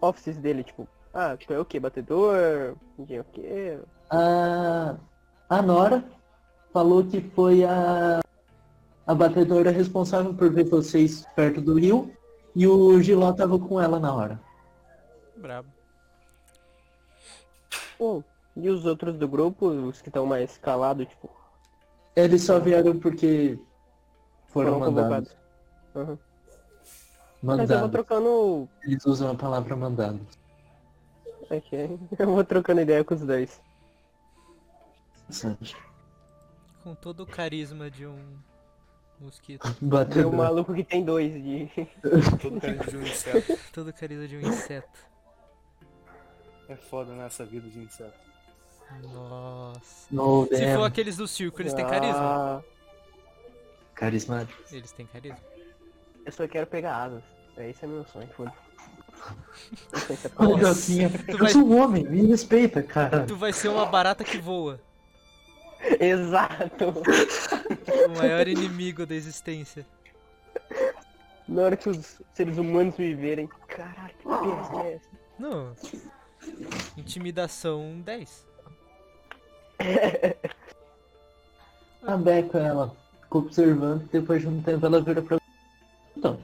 offices dele, tipo, ah, tu é o que? Batedor? Ninguém é o que?
a, a Nora falou que foi a, a batedora responsável por ver vocês perto do rio e o Giló tava com ela na hora.
Brabo.
Bom, e os outros do grupo, os que estão mais calados, tipo,
Eles só vieram porque foram,
foram
mandados.
convocados. Aham. Mas eu vou
Mandado.
trocando.
Eles usam a palavra mandado.
Ok. é Eu vou trocando ideia com os dois.
Interessante.
Com todo o carisma de um mosquito.
E o
Batedor.
maluco que tem dois de.
Todo cara de um inseto.
Todo o carisma de um inseto.
É foda nessa vida de inseto.
Nossa.
No
Se
damn.
for aqueles do circo, eles têm carisma?
Ah,
Carismático.
Eles têm carisma.
eu só quero pegar asas. É, esse é meu sonho, foda-se. Esse é pra-
Olha, Jotinha, eu
vai-
sou um homem, me respeita, cara.
Tu vai ser uma barata que voa.
Exato!
O maior inimigo da existência.
Na hora que os seres humanos me verem. Caralho, que peste é essa?
Não. Intimidação 10.
Abeco Tá ela, fica observando, depois de um tempo ela vira pra mim. Então.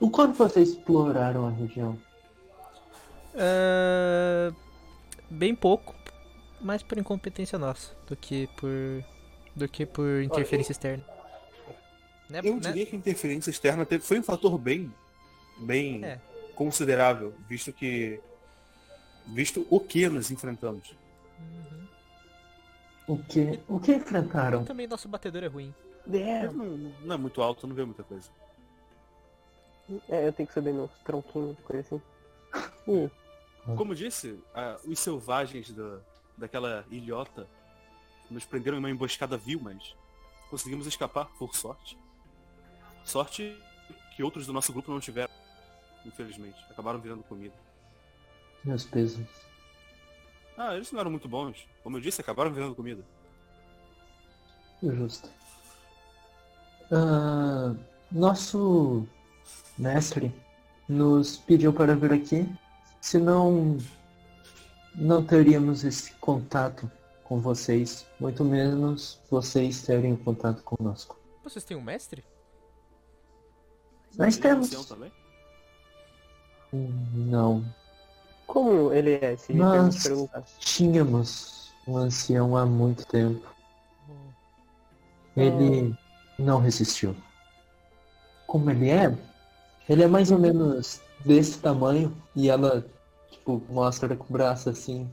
O quanto vocês exploraram a região?
Ah, bem pouco. Mais por incompetência nossa do que por. do que por interferência externa. Né,
Eu
né?
diria que a interferência externa teve- foi um fator bem, bem
É.
considerável, visto que. Visto o que nos enfrentamos.
O que, o que enfrentaram?
Também nosso batedor é ruim.
Damn!
Não, não é muito alto, não vê muita coisa.
É, eu tenho que subir nos tronquinhos, coisa assim.
Como disse, a- os selvagens da, daquela ilhota nos prenderam em uma emboscada vil, mas conseguimos escapar, por sorte. Sorte que outros do nosso grupo não tiveram, infelizmente. Acabaram virando comida.
Meus pesos.
Ah, eles não eram muito bons. Como eu disse, acabaram virando comida.
Justo. Ah, nosso mestre nos pediu para vir aqui, senão não teríamos esse contato com vocês, muito menos vocês terem contato conosco.
Vocês têm um mestre?
Nós
Eles
temos.
ancião também?
Não.
Como ele é esse?
Mas-
Mas... perguntar.
Tínhamos um ancião há muito tempo.
Hum,
Ele não resistiu. Como ele é? Ele é mais ou menos desse tamanho e ela, tipo, mostra com o braço assim.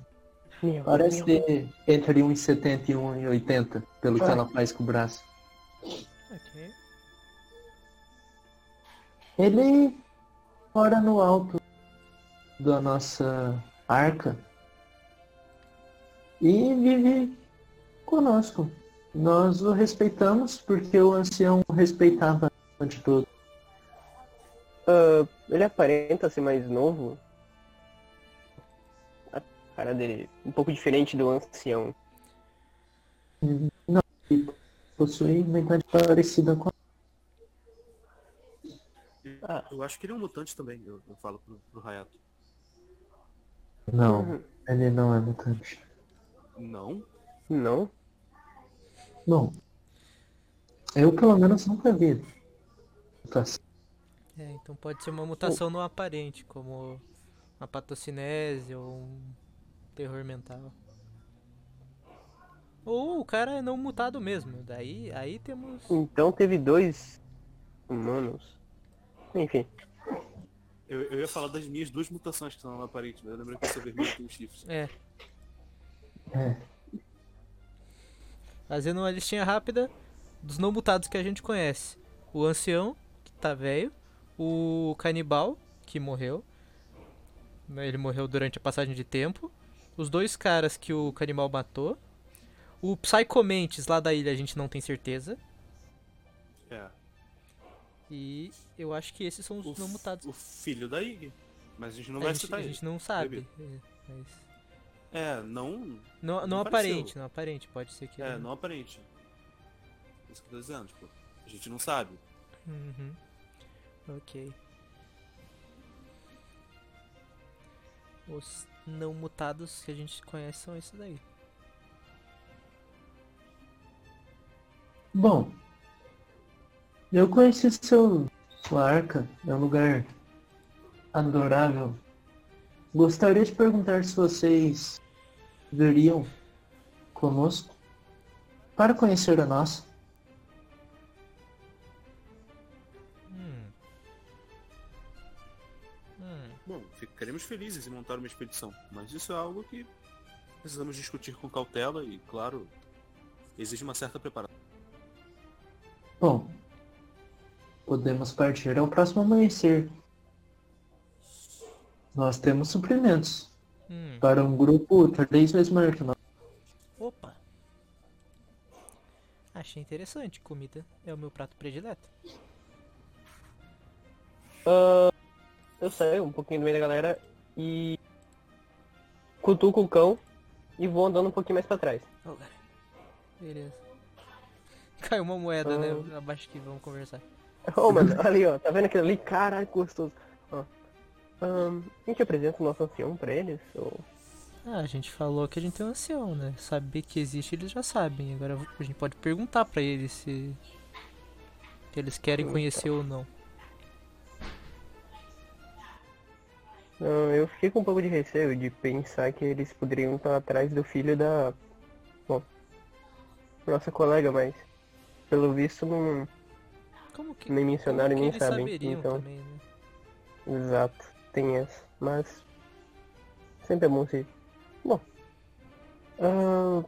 Meu,
Parece
meu.
ter entre 1,70 e 1,80, pelo que ela faz com o braço.
Ok.
Ele mora no alto da nossa arca e vive conosco. Nós o respeitamos porque o ancião o respeitava acima de tudo.
Ah, ele aparenta ser mais novo. A cara dele é um pouco diferente do ancião.
Possui uma idade parecida com a
Ah.
Eu acho que ele é um mutante também, eu, eu falo pro, pro Hayato.
Não, ele não é mutante.
Não?
Não?
Bom, eu pelo menos nunca vi. Tá mutação.
É, então pode ser uma mutação não aparente, como uma patocinese ou um terror mental. Ou o cara é não mutado mesmo. Daí aí temos.
Então teve dois humanos. Enfim.
Eu, eu ia falar das minhas duas mutações que são aparentes, mas eu lembrei que essa vermelha tem os chifres.
É.
É.
Fazendo uma listinha rápida dos não mutados que a gente conhece. O ancião, que tá velho. O canibal, que morreu. né, Ele morreu durante a passagem de tempo. Os dois caras que o canibal matou. O Psychomentes lá da ilha a gente não tem certeza.
É.
E eu acho que esses são os
O,
não mutados.
o tá filho da Ig. Mas a gente não
a
vai
gente,
citar
a
ele.
gente não sabe. é, mas-
É, não.
Não, não
Não apareceu.
aparente, não aparente. Pode ser que.
É,
Uhum.
ele-
não aparente. Isso que eu tô dizendo, tipo, a gente não sabe.
Uhum. Ok. Os não mutados que a gente conhece são esses daí.
Bom, eu conheci seu, sua arca, é um lugar adorável. Gostaria de perguntar se vocês veriam conosco para conhecer a nossa.
Ficaremos felizes em montar uma expedição, mas isso é algo que precisamos discutir com cautela e, claro, exige uma certa preparação.
Bom, podemos partir ao próximo amanhecer. Nós temos suprimentos
Hum.
para um grupo três vezes maior que nós.
Opa! Achei interessante. Comida é o meu prato predileto.
Eu saio um pouquinho do meio da galera e cutuco o cão e vou andando um pouquinho mais pra trás.
Ô, cara. Beleza. Caiu uma moeda, né? Abaixo que vamos conversar.
Ô, mano, olha ali, ó. Tá vendo aquilo ali? Caralho, que gostoso. Ó. Ahn, a gente apresenta o nosso ancião pra eles? Ou...
Ah, a gente falou que a gente tem um ancião, né? Saber que existe eles já sabem. Agora a gente pode perguntar pra eles se. se eles querem conhecer ou não.
Não, eu fiquei com um pouco de receio de pensar que eles poderiam estar atrás do filho da. Bom. Nossa colega, mas. Pelo visto não.
Como que.
Nem mencionaram
como
e
que
nem
eles
sabem,
saberiam
então.
também, né?
Exato, tem essa. Mas. Sempre é bom se. Bom. Ah,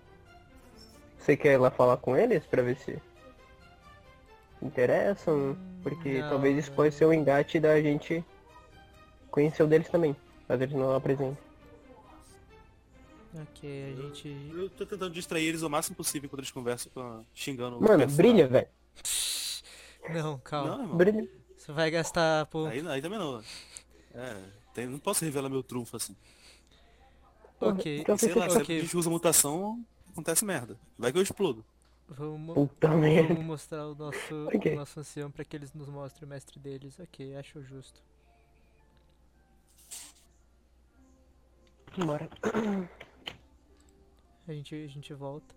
Você quer ir lá falar com eles pra ver se. Interessam? Porque
não,
talvez isso
não.
pode ser o engate da gente conhecer o deles também. Mas eles não apresentam.
Ok, a gente.
Eu tô tentando distrair eles o máximo possível quando eles conversam com a- xingando o
Mano,
personagem.
brilha, velho.
Não, calma.
Não, irmão.
Brilha.
Você vai gastar ponto.
Aí, aí também não. É, tem- não posso revelar meu trunfo assim.
Ok.
Então
Sei
fica
lá,
aqui.
sempre que a gente usa mutação, acontece merda. Vai que eu explodo.
Vamos, mo-
Puta merda.
vamos mostrar o nosso,
Ok.
o nosso ancião pra que eles nos mostrem o mestre deles. Ok, acho justo.
Bora.
A gente, a gente volta.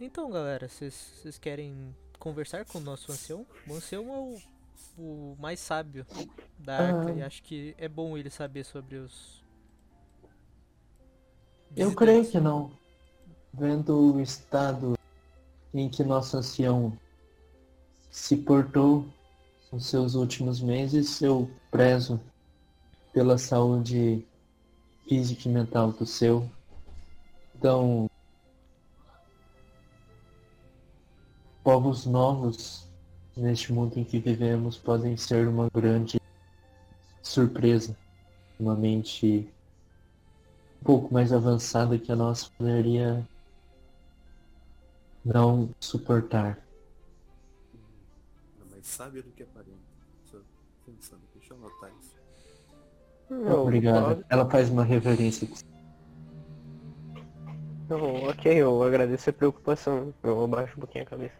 Então, galera, vocês vocês querem conversar com o nosso ancião? O ancião é o, o mais sábio da arca
Ah.
e acho que é bom ele saber sobre os.
Eu
visitantes.
creio que não. Vendo o estado em que nosso ancião se portou nos seus últimos meses, eu prezo pela saúde física e mental do seu. Então, povos novos neste mundo em que vivemos podem ser uma grande surpresa. Uma mente um pouco mais avançada que a nossa poderia não suportar.
Não, mas sabe do que é aparenta. Só pensando, deixa eu anotar isso.
Não,
Obrigado. Ela faz uma reverência.
Não, ok, eu agradeço a preocupação. Eu abaixo um pouquinho a cabeça.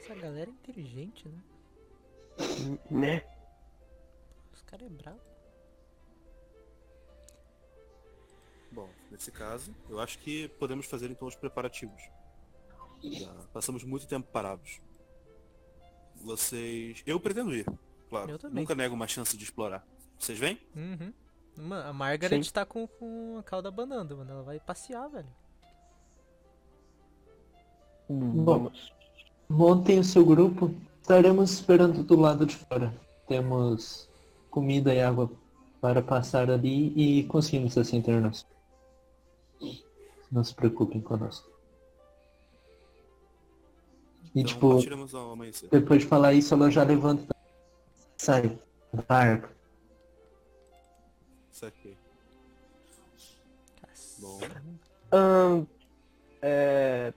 Essa galera é inteligente, né?
Né?
Os caras é bravo.
Bom, nesse caso, eu acho que podemos fazer então os preparativos. Já passamos muito tempo parados. Vocês. Eu pretendo ir, claro.
Eu também.
Nunca nego uma chance de explorar. Vocês vêm?
Uhum. Mano, a Margaret tá com, com a cauda abanando, mano. Ela vai passear, velho.
Vamos.
Montem o seu grupo. Estaremos esperando do lado de fora. Temos comida e água para passar ali e conseguimos assim ter nós. Não se preocupem conosco. E
então
tipo,
partiremos ao amanhecer.
depois de falar isso, ela já levanta. Sai. Barco.
Isso aqui. Bom.
Ahn, é,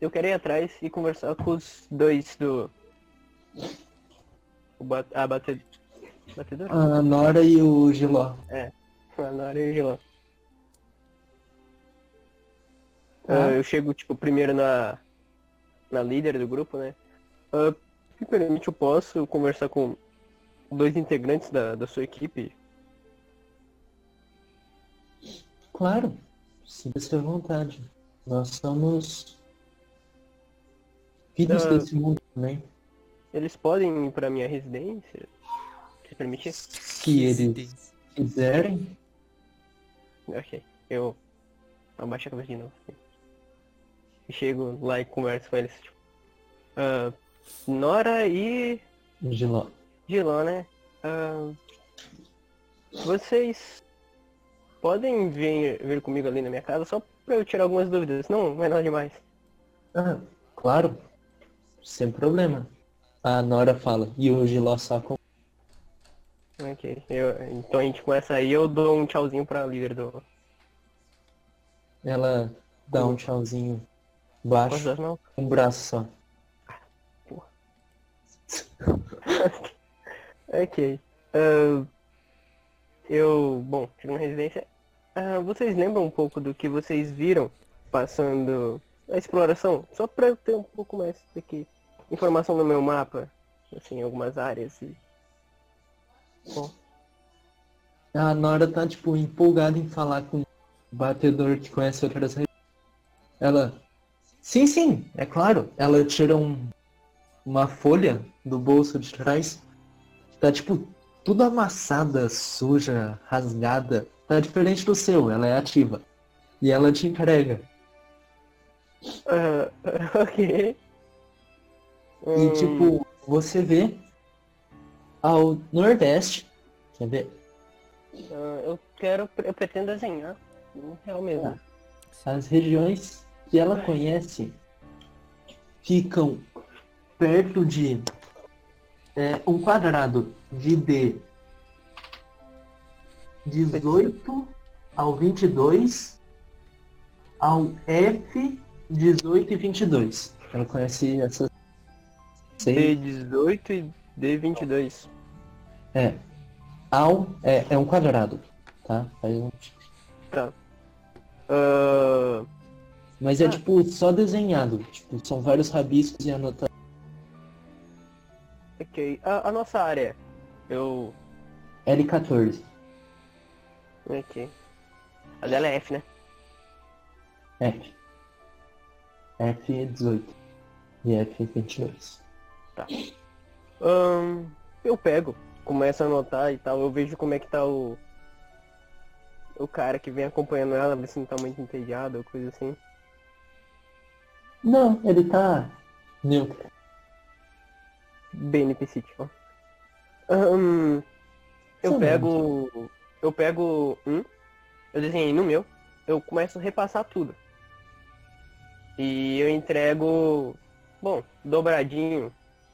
Eu quero ir atrás e conversar com os dois do. O bat... A bate... batedora?
A Nora e o Giló.
Ah, na hora de lá.
Ah.
eu chego, tipo, primeiro na. Na líder do grupo, né? Ah, me permite, eu posso conversar com dois integrantes da, da sua equipe?
Claro, sinta-se à vontade. Nós somos filhos
Ah.
desse mundo também.
Eles podem ir pra minha residência? Se permitir?
Se eles
Resistência.
quiserem,
Ok. Eu abaixo a cabeça de novo. E Chego lá e converso com eles. Tipo, ah, Nora e
Giló.
de lá, né? Ah, vocês podem vir, vir comigo ali na minha casa só pra eu tirar algumas dúvidas. Não, não é nada demais.
Ah, claro. Sem problema. A Nora fala. E hoje lá saco.
Ok. Eu- então a gente começa aí, eu dou um tchauzinho pra líder do.
Ela dá um tchauzinho baixo.
Posso dar não?
Um braço só.
Ok. Ah, eu. Bom, chego na residência. Ah, vocês lembram um pouco do que vocês viram passando a exploração? Só pra eu ter um pouco mais daqui. Informação no meu mapa. Assim, algumas áreas e.
A Nora tá, tipo, empolgada em falar com um batedor que conhece outras regiões. Ela. Sim, sim, é claro. Ela tira um... uma folha do bolso de trás. Tá, tipo, tudo amassada, suja, rasgada. Tá diferente do seu, ela é ativa. E ela te entrega.
Ah, ok. Hum,
E, tipo, você vê ao nordeste. Quer ver?
ah, eu quero. Eu pretendo desenhar. No real mesmo.
As regiões que ela conhece ficam perto de é, um quadrado de D 18 ao 22 ao F 18 e 22. Ela conhece essas seis.
D18 e D22.
É. Ao é, é um quadrado, tá? Faz um-
Ah,
Mas é
Ah.
tipo só desenhado, tipo, são vários rabiscos e anotações.
ok. A, a nossa área. Eu.
L14.
Ok. A dela é F, né?
F. F18. E F22.
Ahn, eu pego, começo a anotar e tal, eu vejo como é que tá o. O cara que vem acompanhando ela, ver se não tá muito entediado ou coisa assim.
Não, ele tá neutro.
BNPC, tipo. Ahn, eu
Sim,
pego. Eu pego um, eu desenhei no meu, eu começo a repassar tudo. E eu entrego. Bom, dobradinho.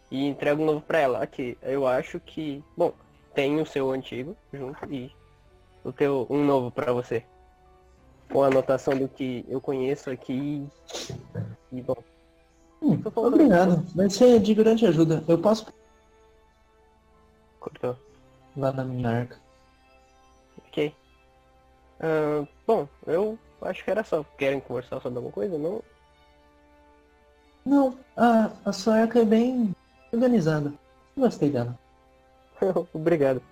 E entrego um novo pra ela. Aqui, eu acho que. Bom, tem o seu antigo junto e o teu um novo pra você. Com a anotação do que eu conheço aqui. E bom.
Hum,
Tô falando-
obrigado. Vai ser de grande ajuda. Eu posso pôr
Cortou.
lá na minha arca.
Ok. Ah, bom, eu acho que era só. Querem conversar sobre alguma coisa? Não?
Não, a, a sua arca é bem organizada. Eu Gostei dela.
Obrigado.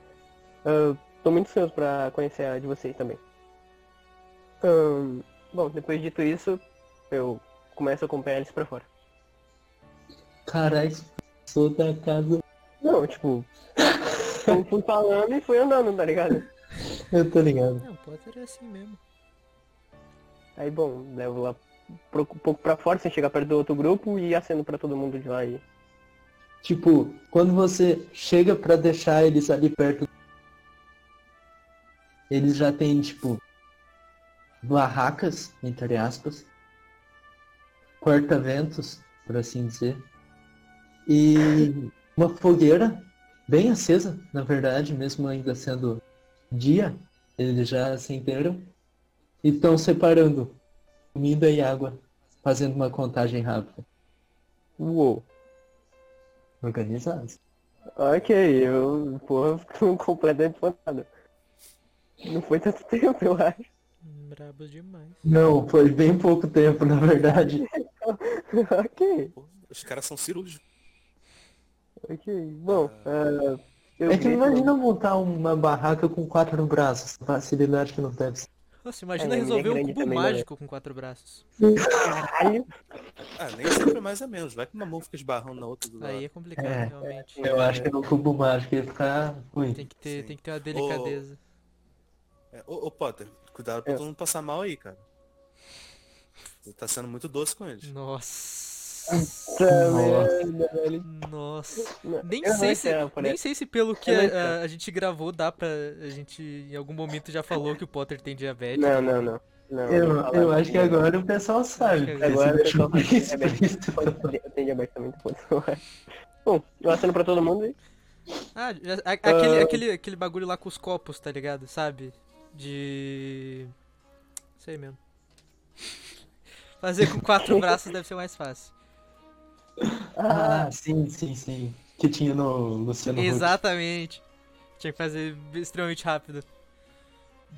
Ah, tô muito ansioso pra conhecer a de vocês também. Ahn, bom, depois dito isso, eu começo a acompanhar eles pra fora.
Caralho, sou da casa.
Não, tipo. eu fui falando e fui andando, tá ligado?
Eu tô ligado.
Não, Potter é assim mesmo.
Aí, bom, levo lá pro- um pouco pra fora, sem chegar perto do outro grupo e acendo pra todo mundo de lá e.
Tipo, quando você chega pra deixar eles ali perto, eles já têm, tipo, barracas, entre aspas, corta-ventos, por assim dizer, e uma fogueira bem acesa, na verdade, mesmo ainda sendo dia, eles já acenderam e estão separando comida e água, fazendo uma contagem rápida,
Uou!
organizados.
Ok, eu, porra, fico completamente espantado. Não foi tanto tempo, eu acho.
Brabo demais.
Não, foi bem pouco tempo, na verdade.
ok,
Pô, Os caras são cirúrgicos.
ok. Bom, ah, eu
É que
grito-
imagina montar uma barraca com quatro braços, facilidade que não deve ser.
Nossa,
É,
imagina
minha
resolver um
grande
cubo
também, né,
mágico com quatro braços.
Caralho.
Ah, nem sempre mais é menos. Vai que uma mão fica esbarrando na outra do lado.
Aí é complicado,
É.
realmente.
Eu acho que no cubo mágico ia ficar ruim.
Tem que, ter,
Sim.
tem que ter uma delicadeza.
É, ô, ô, Potter, cuidado pra
É.
todo mundo passar mal aí, cara. Você tá sendo muito doce com eles.
Nossa.
Puta
Nossa.
merda, velho.
Nossa.
Então, Não,
Nem
eu não
sei, se, é
esperava por
nem
essa.
sei se pelo que
Eu não
a,
esperava.
a- a gente gravou dá pra. A gente em algum momento já falou que o Potter tem diabetes.
Não, não, não. não
Eu,
não fala
eu
nada
acho que
disso.
agora o pessoal sabe.
Acho que é
agora
Agora
eu é Pode- Eu tenho diabetes também, pode falar. Bom, eu aceno pra todo mundo e
Ah, já- a- aquele, aquele, aquele bagulho lá com os copos, tá ligado? Sabe? De. Sei mesmo. Fazer com quatro braços deve ser mais fácil.
Ah, sim, sim, sim. Que tinha no Luciano Huck.
Exatamente. Tinha que fazer extremamente rápido.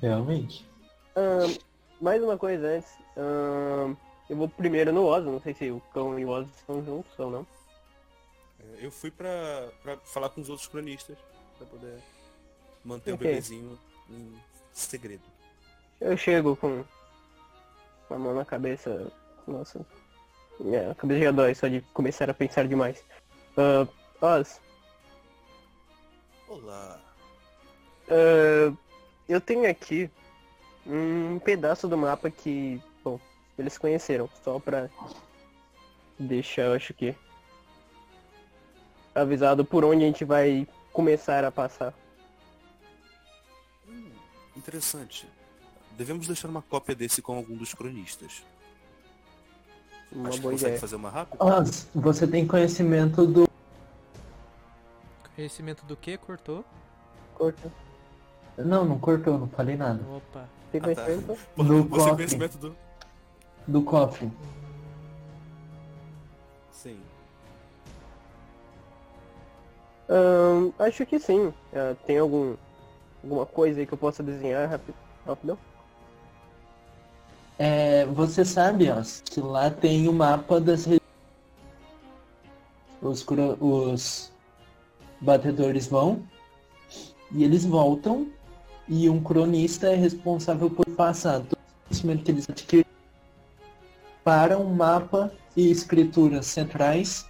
Realmente.
Ahn, mais uma coisa antes. Ahn, eu vou primeiro no Oz, não sei se o cão e o Oz estão juntos ou não.
É, Eu fui pra, pra falar com os outros cronistas, pra poder manter
Ok.
o bebezinho em segredo.
Eu chego com uma mão na cabeça. Nossa. Minha cabeça já dói só de começar a pensar demais. Ahn, Oz,
Olá.
Ah, eu tenho aqui um pedaço do mapa que, bom, eles conheceram, só pra deixar, eu acho que, avisado por onde a gente vai começar a passar.
Hum, interessante. Devemos deixar uma cópia desse com algum dos cronistas.
Uma
Acho que
boa
consegue
ideia.
fazer uma rápida?
Oz, você tem conhecimento do.
Conhecimento do que? Cortou?
Corta.
Não, não cortou, não falei nada.
Opa.
Tem
Ah, tá.
conhecimento?
Pô,
No
Você tem
cofre.
conhecimento do...
Do cofre.
Sim.
Ahn, Hum, acho que sim. Ah, tem algum alguma coisa aí que eu possa desenhar rápido? Rápido?
É, você sabe, Oz, que lá tem o mapa das. re- Os, cura... Os batedores vão e eles voltam e um cronista é responsável por passar todo o conhecimento que eles adquiriram para um mapa e escrituras centrais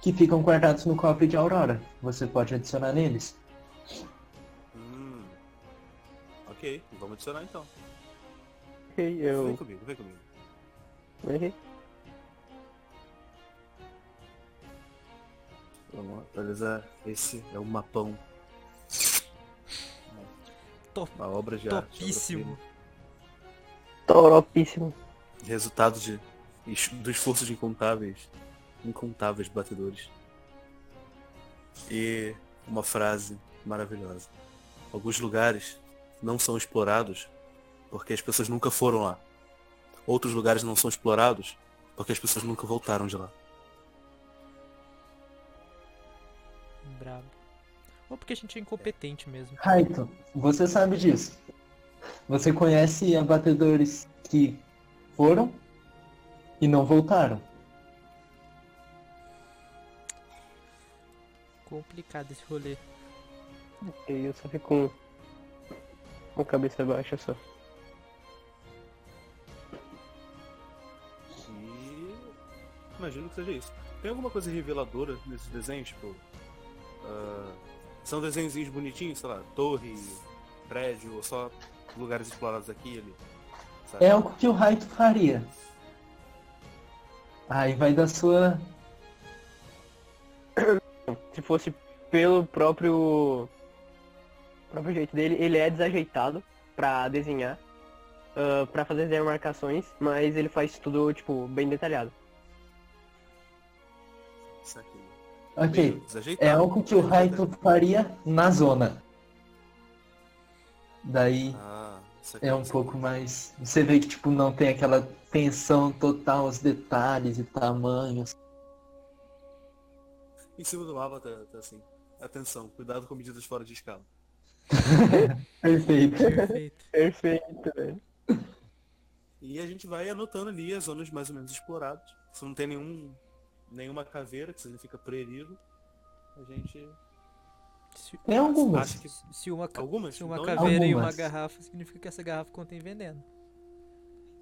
que ficam guardados no cofre de Aurora. Você pode adicionar neles.
Hum. Ok, vamos adicionar então.
Ok,
Vem
eu...
comigo, vem comigo.
errei.
Vamos atualizar. Esse é o mapão.
Top-
Uma obra de arte.
Topíssimo.
Toropíssimo.
resultado de, es- do esforço de incontáveis, incontáveis batedores. E uma frase maravilhosa. Alguns lugares não são explorados porque as pessoas nunca foram lá. Outros lugares não são explorados porque as pessoas nunca voltaram de lá.
Brabo. Ou porque a gente é incompetente mesmo.
Raito, Ah, então, você sabe disso. Você conhece abatedores que foram e não voltaram.
Complicado esse rolê.
E eu só fico com com a cabeça baixa só.
E imagino que seja isso. Tem alguma coisa reveladora nesses desenhos? Tipo, ah, são desenhozinhos bonitinhos, sei lá, torre, prédio, ou só lugares explorados aqui e ali? sabe?
É o que o Raito faria. Aí vai da sua.
se fosse pelo próprio próprio jeito dele, ele é desajeitado pra desenhar, ah, pra fazer as demarcações, mas ele faz tudo tipo bem detalhado.
Isso aqui. Meio
Ok.
desajeitado.
É algo que o Raito faria na zona. Daí
Ah, isso aqui
é um
isso
pouco
aqui.
mais. Você vê que tipo, não tem aquela tensão total aos detalhes e tamanhos.
Em cima do mapa tá, tá assim. Atenção, cuidado com medidas fora de escala.
Perfeito.
Perfeito.
Perfeito, velho.
E a gente vai anotando ali as zonas mais ou menos exploradas. Se não tem nenhum, nenhuma caveira, que significa prerível, a gente
Se,
Tem algumas.
acha que
se uma, ca-
Algumas?
se uma
Então,
caveira e uma
Algumas.
garrafa, significa que essa garrafa contém veneno.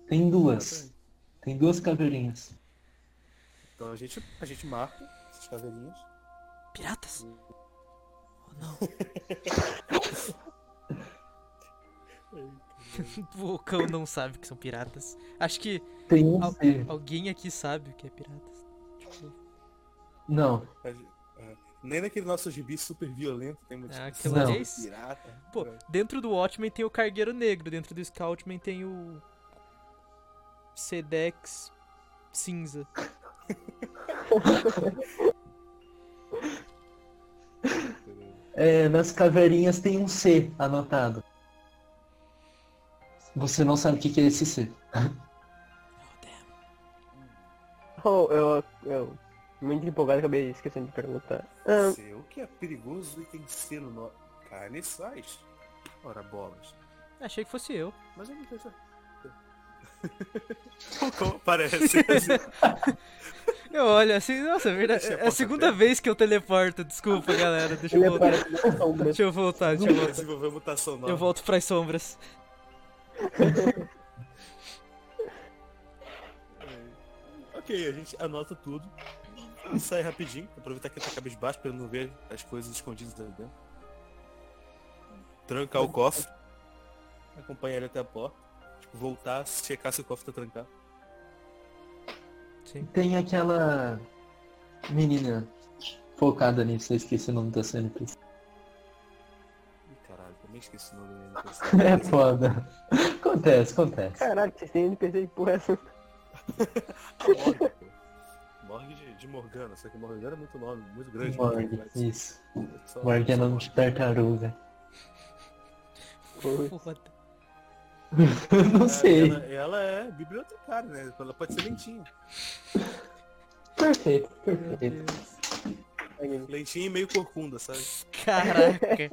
Tem duas. Tem duas caveirinhas.
Então a gente, a gente marca essas caveirinhas.
Piratas? Oh não. o cão não sabe que são piratas. Acho que
Tem um
Al-
ser.
alguém aqui sabe o que é piratas. Tipo,
Não.
é, Nem naquele nosso gibi super violento tem uma
Ah,
discussão
aquilo
de
ali
é-
pirata. né?
Pô, dentro do Watchmen tem o Cargueiro Negro, dentro do Scoutman tem o. Sedex Cinza.
É, nas caveirinhas tem um C anotado. Você não sabe o que que é esse C.
Oh, eu, eu, muito empolgado, acabei esquecendo de perguntar. Ah,
Sei o que é perigoso e tem selo no... Carne sais. Ora bolas.
Achei que fosse eu.
Mas eu não tenho certeza. Como parece.
Eu olho assim, nossa, é verdade.
Deixa eu
É a segunda vez que eu teleporto, desculpa, galera. Deixa eu
ele
voltar.
parece uma sombra.
Deixa eu voltar, deixa eu voltar.
Desenvolveu mutação nova.
Eu volto pras sombras.
Ok, a gente anota tudo. E sai rapidinho. Aproveitar que ele tá cabisbaixo pra ele não ver as coisas escondidas ali dentro. Trancar o cofre. Acompanhar ele até a porta. Tipo, voltar, checar se o cofre tá trancado.
Sim.
Tem aquela menina focada nisso, eu esqueci o nome da CNPC.
Ih, caralho, também esqueci o nome dele. né?
É foda. Acontece, acontece.
Caralho, vocês têm NPC de porra essa.
Morgue, pô. Morgue de, de Morgana, só que Morgana é muito nome, muito grande.
Morgue,
Mas
isso.
só-
Morgue é
só
nome de tartaruga.
Foda.
não
É,
sei.
Ela, ela é bibliotecária, né? Ela pode ser lentinha.
Perfeito,
Meu
perfeito.
Deus.
Lentinha e meio corcunda, sabe?
Caraca.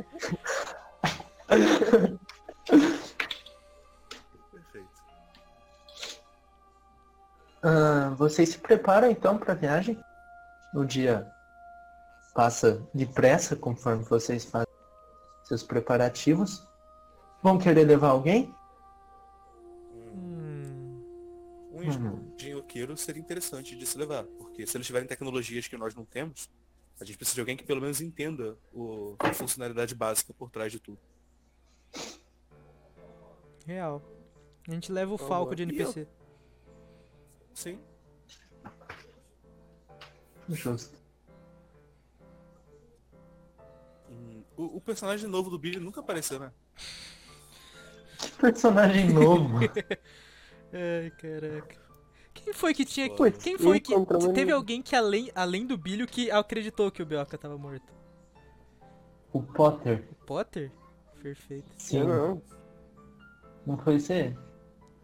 Perfeito.
Ah, vocês se preparam então para a viagem? O dia passa depressa conforme vocês fazem seus preparativos. Vão querer levar alguém?
Hum,
Um engenhoqueiro seria interessante de se levar, porque se eles tiverem tecnologias que nós não temos, a gente precisa de alguém que pelo menos entenda o, a funcionalidade básica por trás de tudo.
real. A gente leva o
Boa.
Falco de
E eu?
NPC.
Sim.
Justo.
Hum, O, o personagem novo do Billy nunca apareceu, né?
Personagem novo.
Ai, caraca. Quem foi que tinha.
Pô,
Quem foi que.
encontramos
Teve
no-
alguém que, além, além do Bilho, que acreditou que o Bioca tava morto?
o Potter.
O Potter? Perfeito.
Sim.
Eu não.
Não foi você?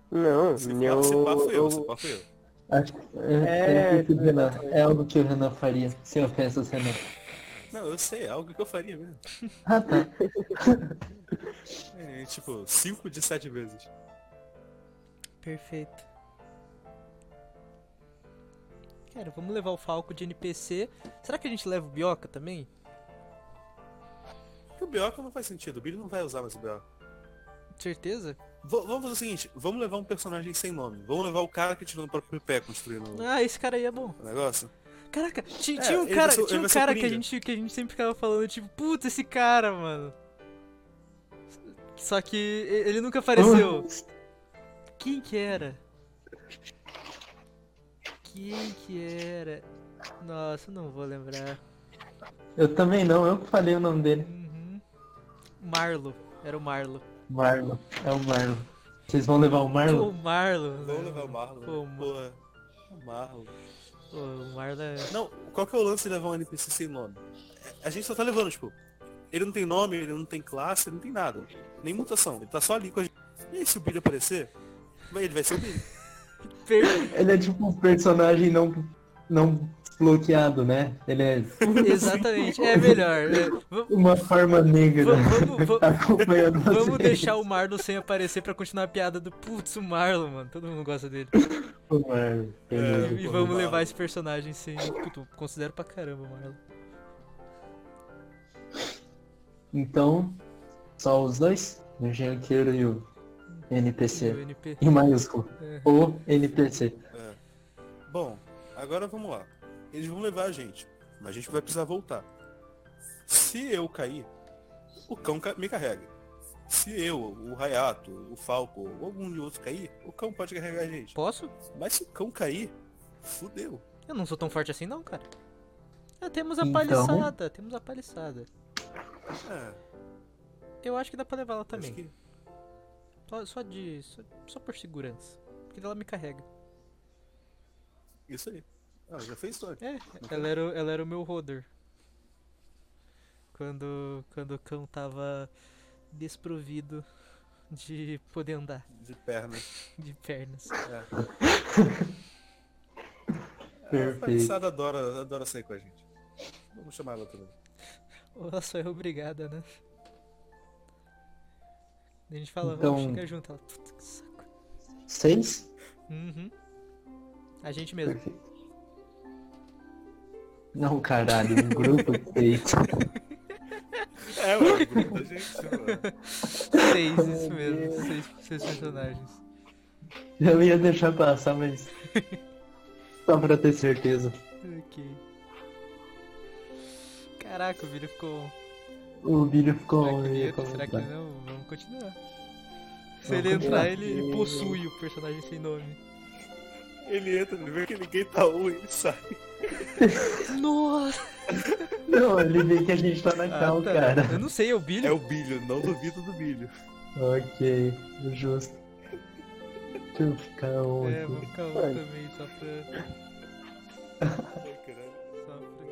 Não,
Se
eu,
pá, se pá foi eu, se
eu,
pá foi eu.
Acho que é,
É,
é, o que o Renan- é algo que o Renan faria, sem ofensas, Renan.
Não, eu sei, é algo que eu faria mesmo.
né? Ah, tá.
É, tipo, 5 de 7 vezes.
Perfeito. Cara, vamos levar o Falco de NPC. Será que a gente leva o Bioca também?
Porque o Bioca não faz sentido, o Billy não vai usar mais o Bioca.
Certeza?
V- vamos fazer o seguinte, vamos levar um personagem sem nome. Vamos levar o cara que tirou no próprio pé construindo o
Ah, esse cara aí é bom.
negócio.
Caraca, ti-
É,
tinha um
ele
cara,
vai ser-
tinha
ele
um
vai ser o
cara que, a
Coringa.
gente, que a gente sempre ficava falando, tipo, puta, esse cara, mano. Só que e- ele nunca apareceu. Quem que era? Quem que era? Nossa, eu não vou lembrar.
Eu também não, eu que falei o nome dele.
Uhum. Marlo. Era o Marlo.
Marlon. É o Marlon. Vocês vão levar o
O
Marlon?
Marlo.
Vamos
né?
levar o Marlon.
Pô, o Ma-
Porra. O Marlon.
Pô, o Marlo é...
Não, qual que é o lance de levar um NPC sem nome? A gente só tá levando, tipo, ele não tem nome, ele não tem classe, ele não tem nada. Nem mutação, ele tá só ali com a gente. E aí, se o Billy aparecer, vai- ele vai ser o Billy.
Per-
Ele é tipo um personagem não, não bloqueado, né? Ele é
Exatamente, é melhor. é. Vam-
uma forma negra
Vamos- vamos-
acompanhando vocês.
Vamos deixar o Marlo sem aparecer pra continuar a piada do putz, o Marlo, mano. Todo mundo gosta dele.
o Marlon.
É.
E
Pô,
vamos
Marlo.
levar esse personagem sem. Puto, considero pra caramba o Marlo.
Então, só os dois? O engenheiro e o NPC.
O NP.
Em maiúsculo.
É.
O NPC.
Bom, agora vamos lá. Eles vão levar a gente, mas a gente vai precisar voltar. Se eu cair, o cão ca- me carrega. Se eu, o Rayato, o Falco ou algum de outros cair, o cão pode carregar a gente.
Posso?
Mas se o cão cair, fudeu.
Eu não sou tão forte assim não, cara. Ah, temos a
Então?
paliçada, temos a paliçada.
É,
Eu acho que dá pra levar ela
acho
também.
que
Só, só de. Só, só por segurança. Porque ela me carrega.
isso aí. Ah, já fez história.
É, ela era, o- ela era o meu roder. Quando, quando o cão tava desprovido de poder andar,
De perna.
de pernas.
A
Perfeito.
Palhaçada adora, adora sair com a gente. Vamos chamar ela também.
Ou ela só é obrigada, né? Daí A gente fala,
Então-
vamos chegar junto. Ela, puta que saco.
Seis?
Uhum. A gente mesmo.
Perfeito. Não, caralho, um grupo feito.
É, ué, o grupo da gente, né, ué.
Seis, isso mesmo. Seis, seis personagens.
Eu ia deixar passar, mas. Só pra ter certeza.
Ok. Caraca, o vídeo ficou on.
O vídeo ficou.
Será que
eu ia
vinheta? Será que
comentar.
não? Vamos continuar. Se ele
continuar.
entrar, ele ele possui o personagem sem nome.
Ele entra, ele vê que ninguém tá um, ele sai.
Nossa! é
Não, ele vê que a gente tá
Ah,
na cal, cara.
Eu não sei, é o Billy?
É o bilho, não duvido do bilho.
Ok, justo. Deixa eu ficar
É,
onde?
vou ficar um também, só pra,
Ai, caralho.
só pra